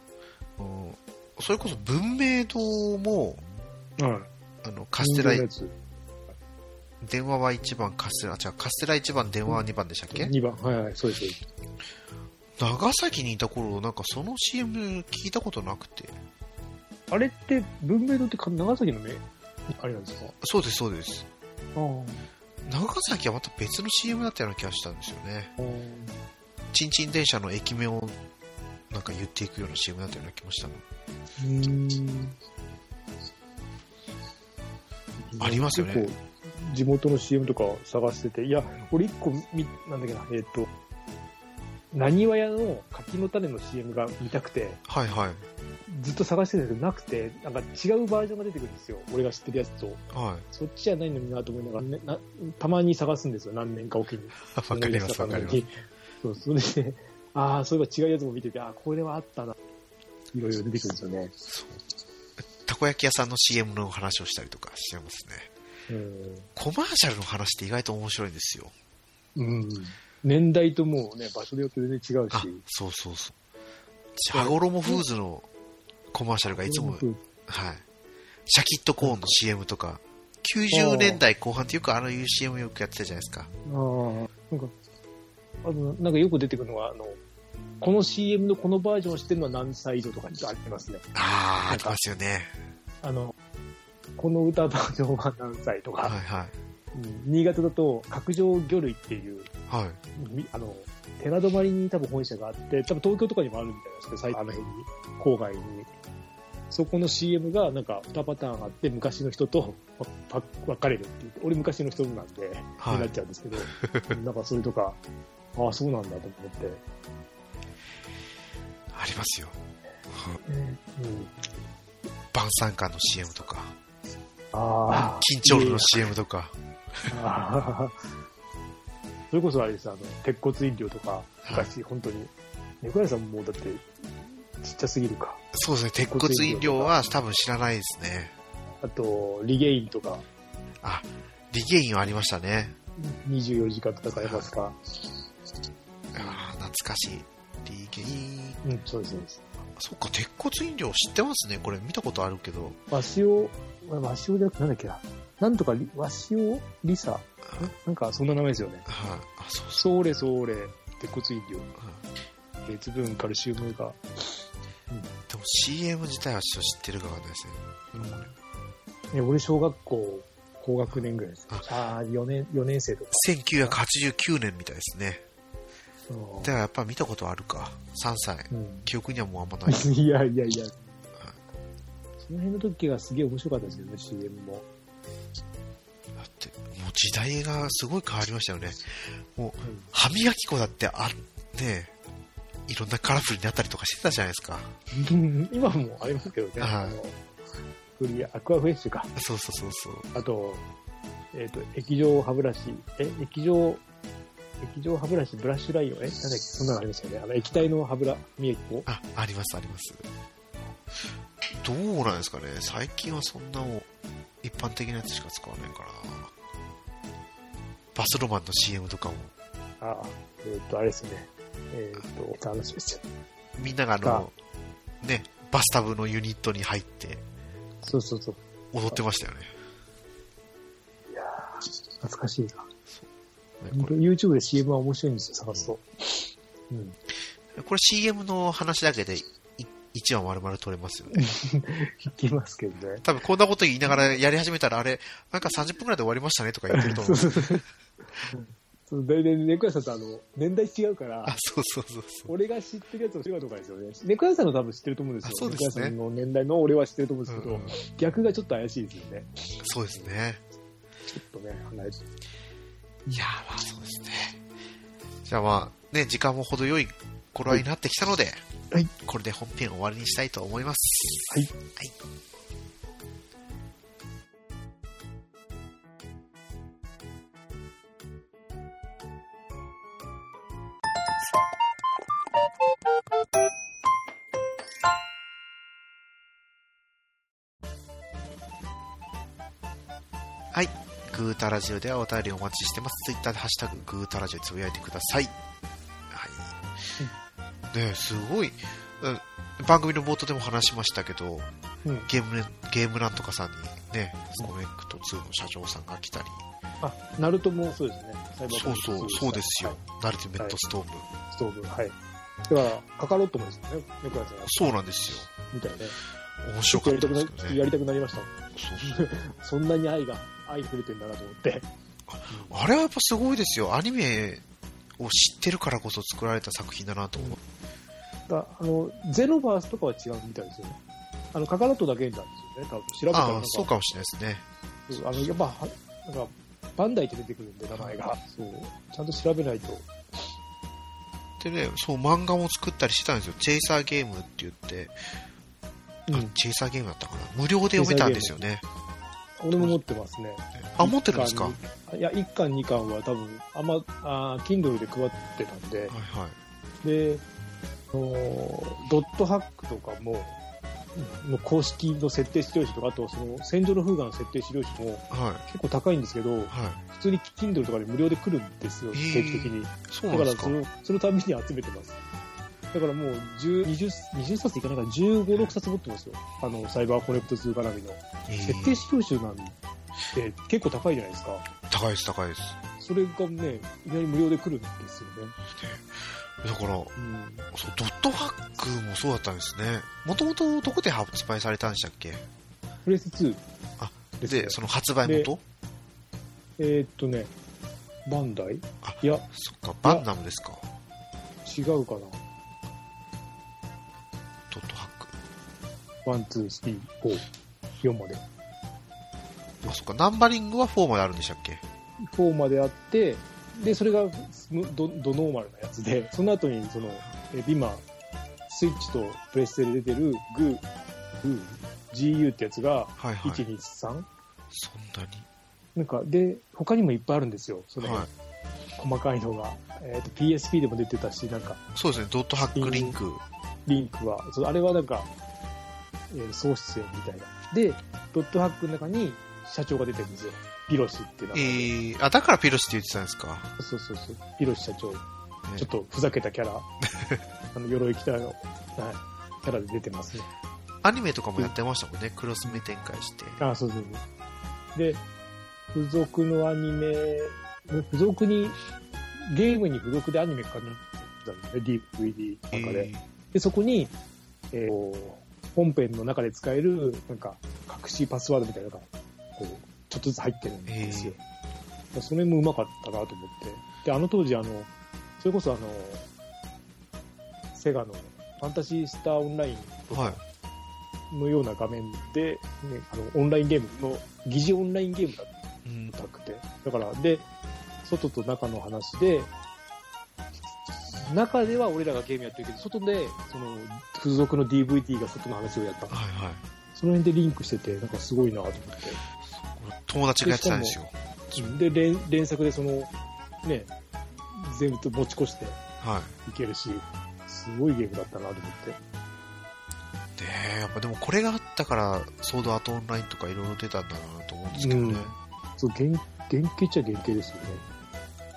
うんそれこそ文明堂も、
うん。
あの、カステラ
人、形の
電話は1番、カステラ、違う、カステラ1番、電話は2番でしたっけ
やつ。2番。はいはい、そうです。
長崎にいた頃、なんかその CM 聞いたことなくて。
あれって、文明堂ってか長崎のね、あれなんですか
そうです、そうです。
あ
長崎はまた別の CM だったような気がしたんですよね。
あ。
ちんちん電車の駅名をなんか言っていくような CM だったような気もしたの。
うん。
ありますよね
結構。地元の CM とか探してて、いや、俺一個見、なんだっけな、えっ、と、なにわ屋の柿の種の CM が見たくて、
はい はい。
ずっと探してたんだけど、なくて、なんか違うバージョンが出てくるんですよ。俺が知ってるやつと。
は
そっちじゃないのになと思いながら、ね、なたまに探すんですよ、何年かおきに。
い。わかります、わかります。
そう、それで、ああ、そういえば違うやつも見てて、ああ、これはあったな。いろいろ出てくるんですよね。
たこ焼き屋さんの CM の話をしたりとかしてますね。
うん。
コマーシャルの話って意外と面白いんですよ。
うん。年代ともうね、場所によって全然違う
あ
し、。
そうそうそう。羽衣フーズのコマーシャルがいつも、はい。シャキッとコーンの CM とか、90年代後半ってよくあの UCM よくやってたじゃないですか。
ああ。なんか、あとなんかよく出てくるのは、あの、この CM のこのバージョンを知ってるのは何歳以上とかにありますね。
あー、ありますよね。
あの、この歌バージョンは何歳とか、
はいはい。
うん新潟だと、角上魚類っていう、
はい。
みあの、寺泊に多分本社があって、多分東京とかにもあるみたいなんですけど、最あの辺に、郊外に。そこの CM がなんか2パターンあって、昔の人とパ別れるって言って、俺昔の人なんで、
はい
になっちゃうんですけ ど、なんかそれとか、ああ、そうなんだと思って。
ありますよ。
うん、
晩餐館の CM とか、
あ
緊張ルの CM とか、
あああ、それこそあれです、あの、鉄骨飲料とか、昔、本当に。猫屋さんもだって、ちっちゃすぎるか。
そうですね、鉄骨飲料は多分知らないですね。
あと、リゲインとか、
あ、リゲインはありましたね。
24時間戦えますか。
あー懐かしい。リゲイン。
うん、そうです、そうです。
そっか、鉄骨飲料知ってますね。これ見たことあるけど。
わしお、わしおじゃなくてなんだっけな。なんとかり、わしおりさ。んなんか、そんな名前ですよね。
はい。あ、そうそう。
それそれ、鉄骨飲料、
はい
鉄分、カルシウムが。
でも CM 自体はちょっと知ってるかわかんないですね。
え、俺、小学校、高学年ぐらいです
あ。
ああ、4年、四年生とか。
1989年みたいですね。
う
だ
ん
からやっぱ見たことあるか。3歳。
うん。
記憶にはもうあんまない。
いやいやいや。その辺の時がすげえ面白かったですけどね、CM も。
だって、もう時代がすごい変わりましたよね。
うん
歯磨き粉だってあ、ねえ、いろんなカラフルになったりとかしてたじゃないですか。
うん今もありますけどね。
はい
あのフリーアクアフレッシュか。
そうそうそうそう。
あと、えっ、と、液状歯ブラシ、え、液状、液状歯ブラシ、ブラッシュライオン、え、なんだっけ、そんなのありましたよね。あの、液体の歯ブラ、ミ液を。
あ、ありますあります。どうなんですかね最近はそんなもう一般的なやつしか使わないからな。バスロマンの CM とかも、
ああ、えっ、と、あれですね。えっ、と、お楽しみですよ。
みんながあの、ね、バスタブのユニットに入って
そうそうそう。
踊ってましたよね。
いやー懐かしいな。
ね
本
こ
当 YouTube で CM は面白いんですよ、探すと。うん。
れこれ CM の話だけで1話丸々取れますよね。
聞きます けどね。
多分こんなこと言いながらやり始めたら、あれ、なんか30分くらいで終わりましたねとか言ってると思
そうう。そうそう。そう大体、ネクヤさんとあの、年代違うから
あ、、そうそうそうそう。
俺が知ってるやつは違うとかですよね。ネクヤさんの多分知ってると思うんですよ
あ。そうですね
ネクヤさんの年代の俺は知ってると思うんですけど、
うんうん
逆がちょっと怪しいですよね。
そうですね。
ちょっとね、離れてる。
いやーまあそうですね。じゃあまあ、ね、時間も程よい頃合いになってきたので、
はい
これで本編を終わりにしたいと思います。
はい
はい。グータラジオではお便りお待ちしてます。ツイッターでハッシュタググータラジオつぶやいてください。はい。ねえすごい。うん番組の冒頭でも話しましたけど、
うん
ゲームね、ゲームなんとかさんにね、コメント2の社長さんが来たり、
あ、ナルトもそうですね。サイバー
そ
パ
う
ンク
そう、そうですよ。。ナルティメットストーム。
はいストーブ、はい。だから、カカロットもですよね、ネクヤさんが。
そうなんですよ。
みたいね。
面白か
や
っ
り
た
た
で
く
すけど
な
ね。
やりたくなりました。
そうそう
そんなに愛が、愛触れてんだなと思って。
あれはやっぱすごいですよ。アニメを知ってるからこそ作られた作品だなと思う。
だあの、ゼロバースとかは違うみたいですよね。あの、カカロットだけなんですよね、多分。調べたら
あ
な
あ
ん、か、
そうかもしれないですね。
あの、やっぱ、はなんか、バンダイって出てくるんで、名前が。そう。ちゃんと調べないと。
でね、そう、漫画も作ったりしてたんですよ。チェイサーゲームって言って、
う
あ
ん。
チェイサーゲームだったかな。無料で読めたんですよね。
俺も持ってますね。
あ、持ってるんですかは
一巻にいや、1巻、2巻は多分、あんま、あー Kindle で配ってたんで
い、はい。
で、あのードットハックとかも、の公式の設定資料紙とか、あとその戦場の風雅の設定資料紙も
はい。
結構高いんですけ
は
ど、
い。
普通に Kindle とかで無料で来るんですよ、
えー
定期的に。
そう
だ
な
か
んで
ら
すか
そ。の、そのたびに集めてます。だからもう10、20、20冊いかないから15、6冊持ってますよ。あの、サイバーコネクト2絡みの。
えー
設定資料集なんて結構高いじゃないですか。
高いです、高いです。
それがね、いきなり無料で来るんですよね。
だから、
うん。
そうドットハックもそうだったんですね。もともとどこで発売されたんでしたっけ
プレス2。
あ、
ですね
で、その発売元
えーっとね、バンダイ
あ
いや、
そっか、バンナムですか。
違うかな。
ドットハック。
ワン、ツー、スリー、フォー、4まで。
あ、そっか、ナンバリングは4まであるんでしたっけ
4まであって、で、それがドドノーマルなやつで、その後に、その、えー今、スイッチとプレステで出てるグー、グー、GU ってやつが、
はいはい。
1、2、3?
そんなに。
なんか、で、他にもいっぱいあるんですよ。その、
はい。
細かいのが。えっ、と、PSP でも出てたし、なんか、
そうですね、ドットハックリンク。
リンクは、そうあれはなんか、えー総出演みたいな。で、ドットハックの中に社長が出てるんですよ。ピロシっていう
え
名前で
ー、あ、だからピロシって言ってたんですか。
そうそうそう。ピロシ社長。
ね
ちょっとふざけた キャラ。あの、鎧着たの、はい、キャラで出てますね。
アニメとかもやってましたもんね、クロス目展開して。
あ、そうそうそう。で、付属のアニメ、付属に、ゲームに付属でアニメかなってたんですね。DVD
え
なんかで。
ー
で、そこに、えーこう本編の中で使える、なんか、隠しパスワードみたいなのが、こう、ちょっとずつ入ってるんですよ。それもうまかったなと思って。で、あの当時、あの、それこそあの、セガのファンタジースターオンライ
はい。
ンのような画面で、ね、あの、オンラインゲームの、疑似オンラインゲームだっ
うん。
たくて。だから、で、外と中の話で、中では俺らがゲームやってるけど、外で、その、付属の DVD が外の話をやった。
はいは
その辺でリンクしてて、なんかすごいなと思って。
友達がやってたんですよ。
で、連連作でその、ね、全部と持ち越して
はい。
いけるし、すごいゲームだったなと思って。
ねえ、やっぱでもこれがあったから、ソードアートオンラインとかいろいろ出たんだろうなと思うんですけどね。
うんそう、原原型っちゃ原型ですよね。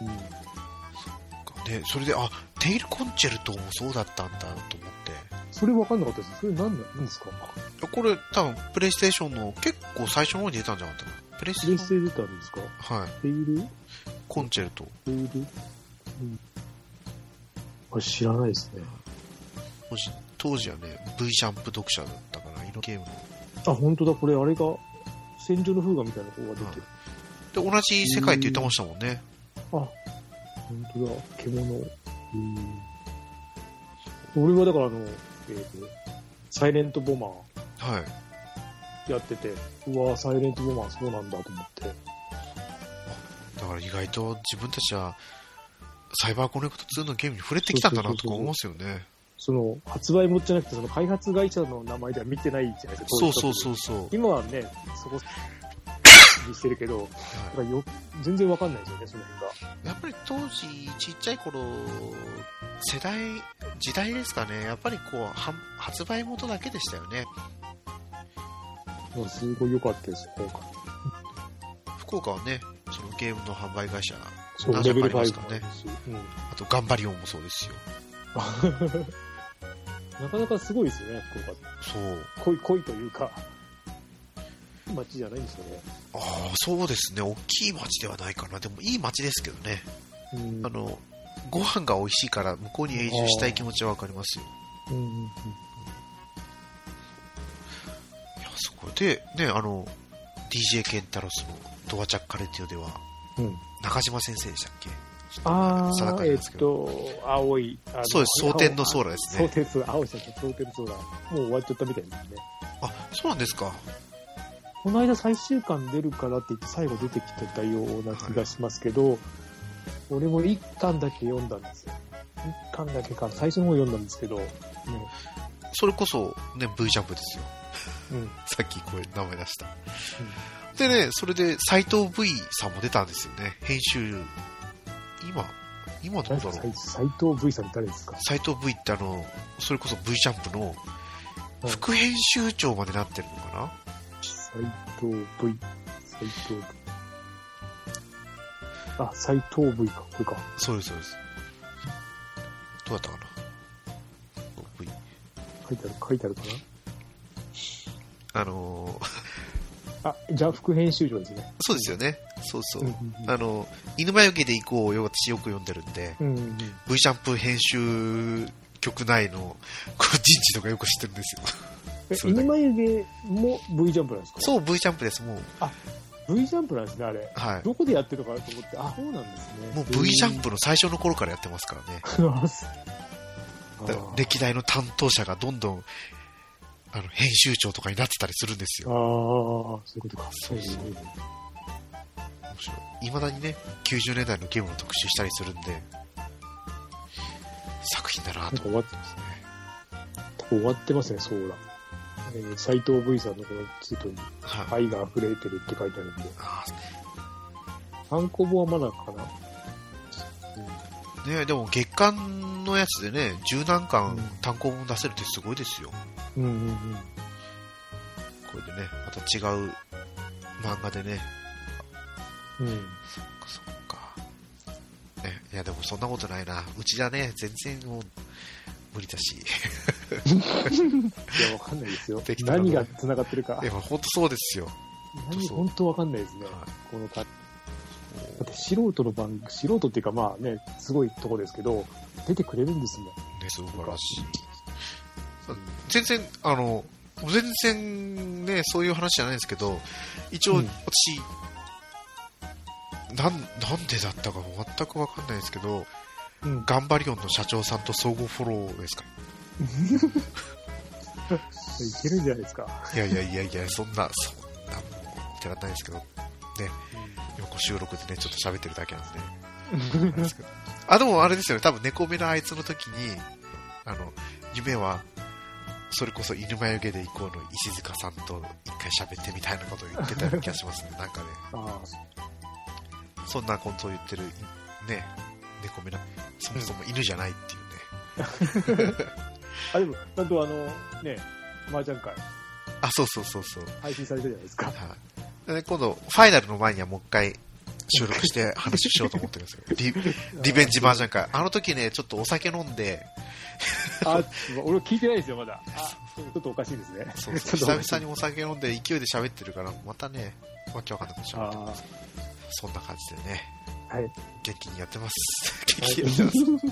うん。
で、それで、あ、テイルコンチェルトもそうだったんだと思っ
それ分かんなかったです。それ何なんですか
て。これ多分プレイステーションの結構最初の方に出たんじゃなかったかな。プレイス
プレ
テー
ス
ション
テ出たんですか
はい。
テイル
コンチェルト。
テイルうん。これ知らないですね。
当時当時はね、V ジャンプ読者だったから、色ゲームの。
あ、本当だ、これあれが、戦場の風画みたいな方が出てる。
で、同じ世界って言ってましたもんね。
本当だ、獣。俺はだからあの、えっ、と、サイレントボマー
はい。
やってて、うわサイレントボマーそうなんだと思って。
だから意外と自分たちは、サイバーコネクト2のゲームに触れてきたんだなとか思うんですよね。
その、発売もじゃなくて、その開発会社の名前では見てないじゃないですか。
そうそう
う。
そうそう。
今はね、そこ、にしてるけど、だからよ全然わかんないですよね、その辺が。
やっぱり当時、ちっちゃい頃、世代、時代ですかね、やっぱりこう、は発売元だけでしたよね。
もうすごい良かったです、今回。
福岡はね、そのゲームの販売会社、
そう、
何
レ
社
ベ
かあ
ル
りますから
5。
ね。
うん。
あと、頑張りオンもそうですよ。
なかなかすごいですよね、福岡って。
そう。
恋、恋というか、街じゃないんですよね。
ああ、そうですね。大きい町ではないかな。でも、いい町ですけどね。
うん
あの、ご飯が美味しいから、向こうに永住したい気持ちはわかりますよ。
うんうん
いや、そこで、ね、あの、DJ ケンタロスのドアチャッカレティオでは、
うん
中島先生でしたっけ
あ
定か
あ、
じゃない
え
です
っ
けど
と、青い。あの
そうです、蒼天のソーラです
蒼
ね。
天ソーラ、青いじゃない蒼天ソーラ。もう終わっちゃったみたいですね。
あ、そうなんですか。
この間最終巻出るからって言って最後出てきてたような気がしますけど、俺も一巻だけ読んだんですよ。一巻だけか、最初の方読んだんですけど、ね
それこそ、ね、V ジャンプですよ。
うん、
さっきこれ名前出した。でね、それで斎藤 V さんも出たんですよね。編集、今、今どうだろう。
斎藤 V さん誰ですか
斎藤 V ってあの、それこそ V ジャンプの
うん
副編集長までなってるのかな、
斎藤 V。斎藤 V。あ、斎藤 V か、これか。
そうです、そうです。どうだったかな ?V。
書いてある、書いてあるか
あのー
な。あ、じゃあ副編集長ですね。
そうですよね。そうそうう。あの、犬魔よけで行こうよ、私よく読んでるんで。
んうんうん。うんうん
V ジャンプ編集局内の こう人事とかよく知ってるんですよ。
え
それだけ
犬眉毛も V ジャンプなんです か
そう、V ジャンプです、もう。
う。V ジャンプなんですね、あれ。
は
どこでやってるのかなと思って、あ、そうなんですね。
い。もう V ジャンプの最初の頃からやってますからね。
プなんです。
だから歴代の担当者がどんどん、あの、編集長とかになってたりするんです
あーあー、
よ。
そういうことか。
そうそういまだにね、90年代のゲームの特集したりするんで、作品だな
なんか
と。
終わってますね。終わってますね、ソーラ。えー、斎藤 V さんのこのツイートに
はい。
愛が溢れてるって書いてあるんで、
あ
単行本はまだかな。
ーねでも月間のやつでね、十何巻
うん
単行本出せるってすごいですよ。
うんうんうん。
これでね、また違う漫画でね、
うん。
そっか。ね、いや、でもそんなことないな。うちじゃね、全然もう、無理だし。
いや、わかんないですよ
適。当な
何が繋がってるか
い。や、ほんとそうですよ。
何、
そう
本当わかんないですね。この感じだって素人の番組、素人っていうかまあね、すごいとこですけど、出てくれるんですね。
ね、素晴らしい。全然、あの、全然ね、そういう話じゃないんですけど、一応、
うん
私、なん、なんでだったかも全くわかんないですけど、
うん。
ガンバリオンの社長さんと相互フォローですか
いけるんじゃないですか。
いやいやいやいや、そんな、そんな、ってらんないですけど、今こう収録でね、ちょっと喋ってるだけなんで。あ、でもあれですよね、多分猫目のあいつの時に、あの、夢は、それこそ犬眉毛で行こうの石塚さんと一回喋ってみたいなことを言ってたような気がしますね。なんかね、
あ
そんなことを言ってる、ね、猫目な、そもそも犬じゃないっていうね。
あ。あ、でも、ちゃんとあの、ね、麻雀会、
あ、そうそうそうそう。
配信されたじゃないですか。
はい、で今度、ファイナルの前にはもう一回収録 して話をしようと思ってるんですよ。リリベンジ麻雀会。あの時ね、ちょっとお酒飲んで、
あ、俺聞いてないですよ、まだ。あ、ちょっとおかしいですね。
そうそう
ちょっとおかしい
久々にお酒飲んで勢いで喋ってるから、またね、わけわかんなくなっちゃう
ああ、
そんな感じでね、
はい。
元気にやってます。
は
元
い
気にやってます。い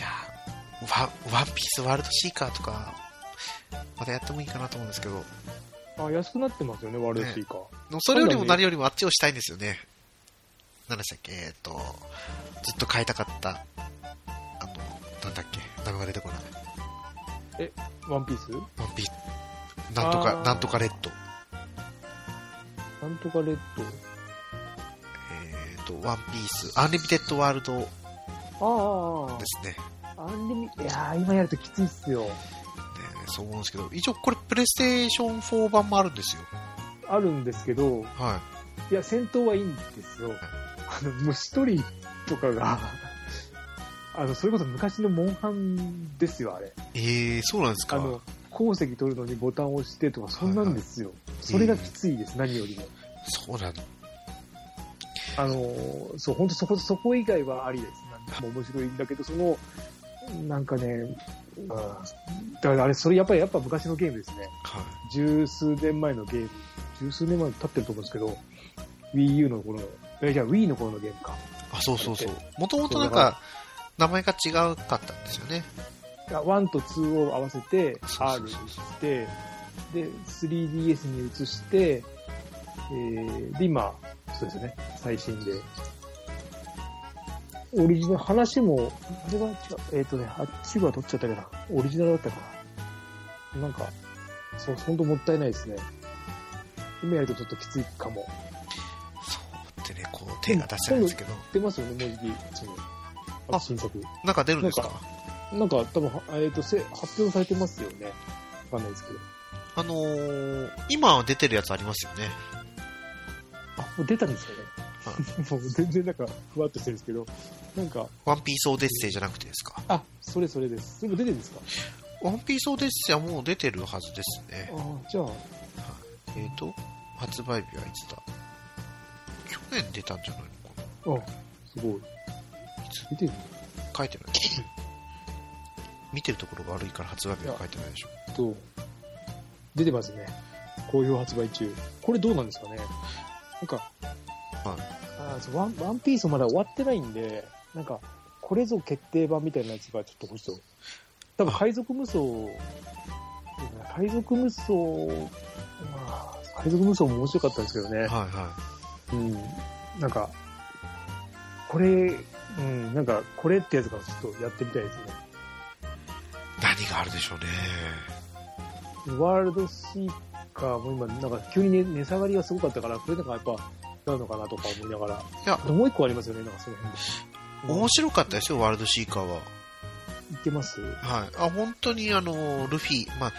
やーワンワンピースワールドシーカーとか、またやってもいいかなと思うんですけど、
あ、安くなってますよね、ワールドスイカー。
でもそれよりも何よりもあっちをしたいんですよね。何でしたっけえーっと、ずっと買いたかった、あの、なんだっけ名前が出てこない。
ワンピース
ワンピース。なんとか
あ、ー
なんとかレッド。
なんとかレッド。
えーっと、ワンピース、アンリミテッドワールドで
あああ
すね。
あ、アンリミ、いやー、今やるときついっすよ。
ねそう思うんですけど、一応これプレイステーション4版もあるんですよ。
あるんですけど、
はい
や、戦闘はいいんですよ。あの、虫取りとかが、 あの、それこそ昔のモンハンですよ、あれ。
い。えー、そうなんです
あ
か。
の、鉱石取るのにボタンを押してとか、そんなんですよ。それがきついです、何よりも。
そうなん
あのーそう、本当そこ、そこ以外はありです。なんか面白いんだけど、その、なんかね、うんだからあれ、それやっぱり、やっぱ昔のゲームですね。
はい。
十数年前のゲーム、十数年前経ってると思うんですけど、Wii U の頃の、え、じゃあ Wii の頃のゲームか。
あ、そうそうそう
だ。
もともとなん
そうだ
か、名前が違うかったんですよね。
あ1と2を合わせて
そうそ
R
う
に
そう
して、で、3DS に移して、えー、で、今、そうですね、最新で。オリジナル、話も、あれは違う、えっ、とね、あっちはどっちだったかな。オリジナルだったかな。なんか、そう、ほんともったいないですね。今やるとちょっときついかも。
そうってね、こう手が出せないんですけど、
出ますよね、もうじき、その、
あ
あ、新作。
なんか出るんですか
なんなんか、多分、はえっ、とせ、発表されてますよね。わかんないですけど。
あのー、今は出てるやつありますよね。
あ、もう出たんですよね。 もう全然なんか、ふわっとしてるんですけど、なんか、
ワンピースオデッセイじゃなくてですか。
あ、それそれです。全部出てるんですか
ワンピースオデッセイはもう出てるはずですね
あ。あ、じゃあ、
えっ、ー、と、発売日はいつだ去年出たんじゃないのか
すごい。出てる
な書い てない。見てるところが悪いから発売日は書いてないでしょ。
と、出てますね。好評発売中。これどうなんですかねなんか、あーそうワンワンピースまだ終わってないんで、なんか、これぞ決定版みたいなやつがちょっと欲しそう。多分、海賊無双、海賊無双、まあ、海賊無双も面白かったんですけどね。
はいは
うん、なんか、これ、うん、なんか、これってやつがちょっとやってみたいですね。
い。何があるでしょうね。
ワールドシーカーも今、なんか急に値値下がりがすごかったから、これなんかやっぱ、なるのかなとか思いながら。
いや
あともう一個ありますよね、なんかその辺で。
面白かったですよ、ワールドシーカーは。
いけます
はい、あ本当にあのルフィ、まあ、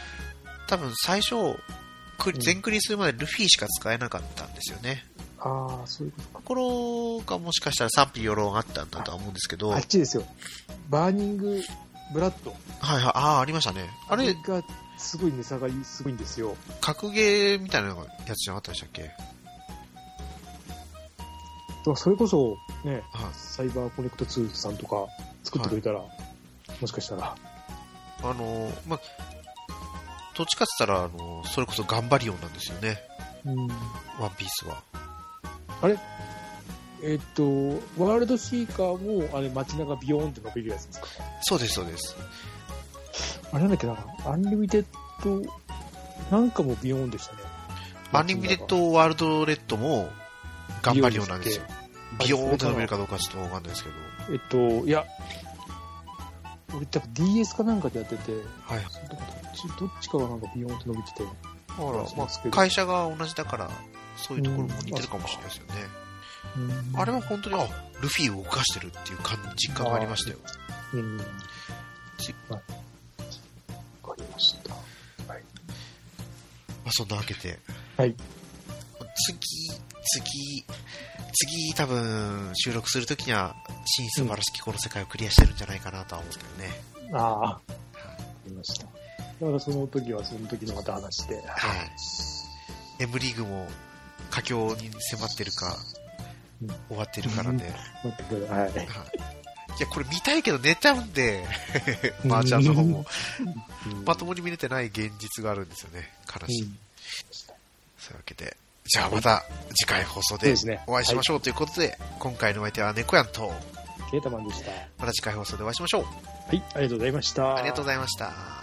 多分最初クリ
うん
全クリするまでルフィしか使えなかったんですよね、
ああ、そういうことか。
これがもしかしたら賛否両論あったんだとは思うんですけど、は
あ
い
っちですよ。バーニングブラッド。
はい、ああーありましたねあれ
が、すごい値下がり、すごいんですよ。
格ゲーみたいなのがやつじゃなかったでしたっけ、
だからそれこそ、ね、
はい、
サイバーコネクト2さんとか作ってくれたら、もしかしたら。
あのまあどっちかって言ったらあのそれこそガンバリオンなんですよね
うん
ワンピースは
えっと、ワールドシーカーも、あれ、街中ビヨーンって伸びるやつですか
そうですそうです
あれなんだっけな、アンリミテッド、なんかもビヨーンでしたね。
アニミレッドワールドレッドもガンバリオンなんですよビ
ビヨ
ヨ
ーン
ー
で
ン
すっけ
と伸びるかどうかちょっとわかんないですけど
えっと、いや、俺多分 DS かなんかでやってて、
はい
その時どっちどっちかがなんかビヨーンって伸びてて、
だから、ま
そうです
あ、
けど
会社が同じだから、そういうところも似てるかもしれないですよね。あれは本当に、あ、ルフィを動かしてるっていう感実感がありましたよ。
うん、
あ、そんなわけで。
はい。
次、次、次、多分、収録するときには、新素晴らしきこの世界をクリアしてるんじゃないかなとは思うけどね。
ああ、ありました。だからその時はその時のまた話で。
はい。M リーグも、佳境に迫ってるか
うん、
終わってるからね。
待ってくださいはい。
はいいや、これ見たいけど寝ちゃうんで、マーチャンの方も。まともに見れてない現実があるんですよね。悲しい。
うん
そういうわけで。じゃあまた次回放送
そう
で
ですね
お会いしましょうということで、今回のお相手は猫やんと、
ケータマンでした。は
また次回放送でお会いしましょう。
い、ありがとうございました。
ありがとうございました。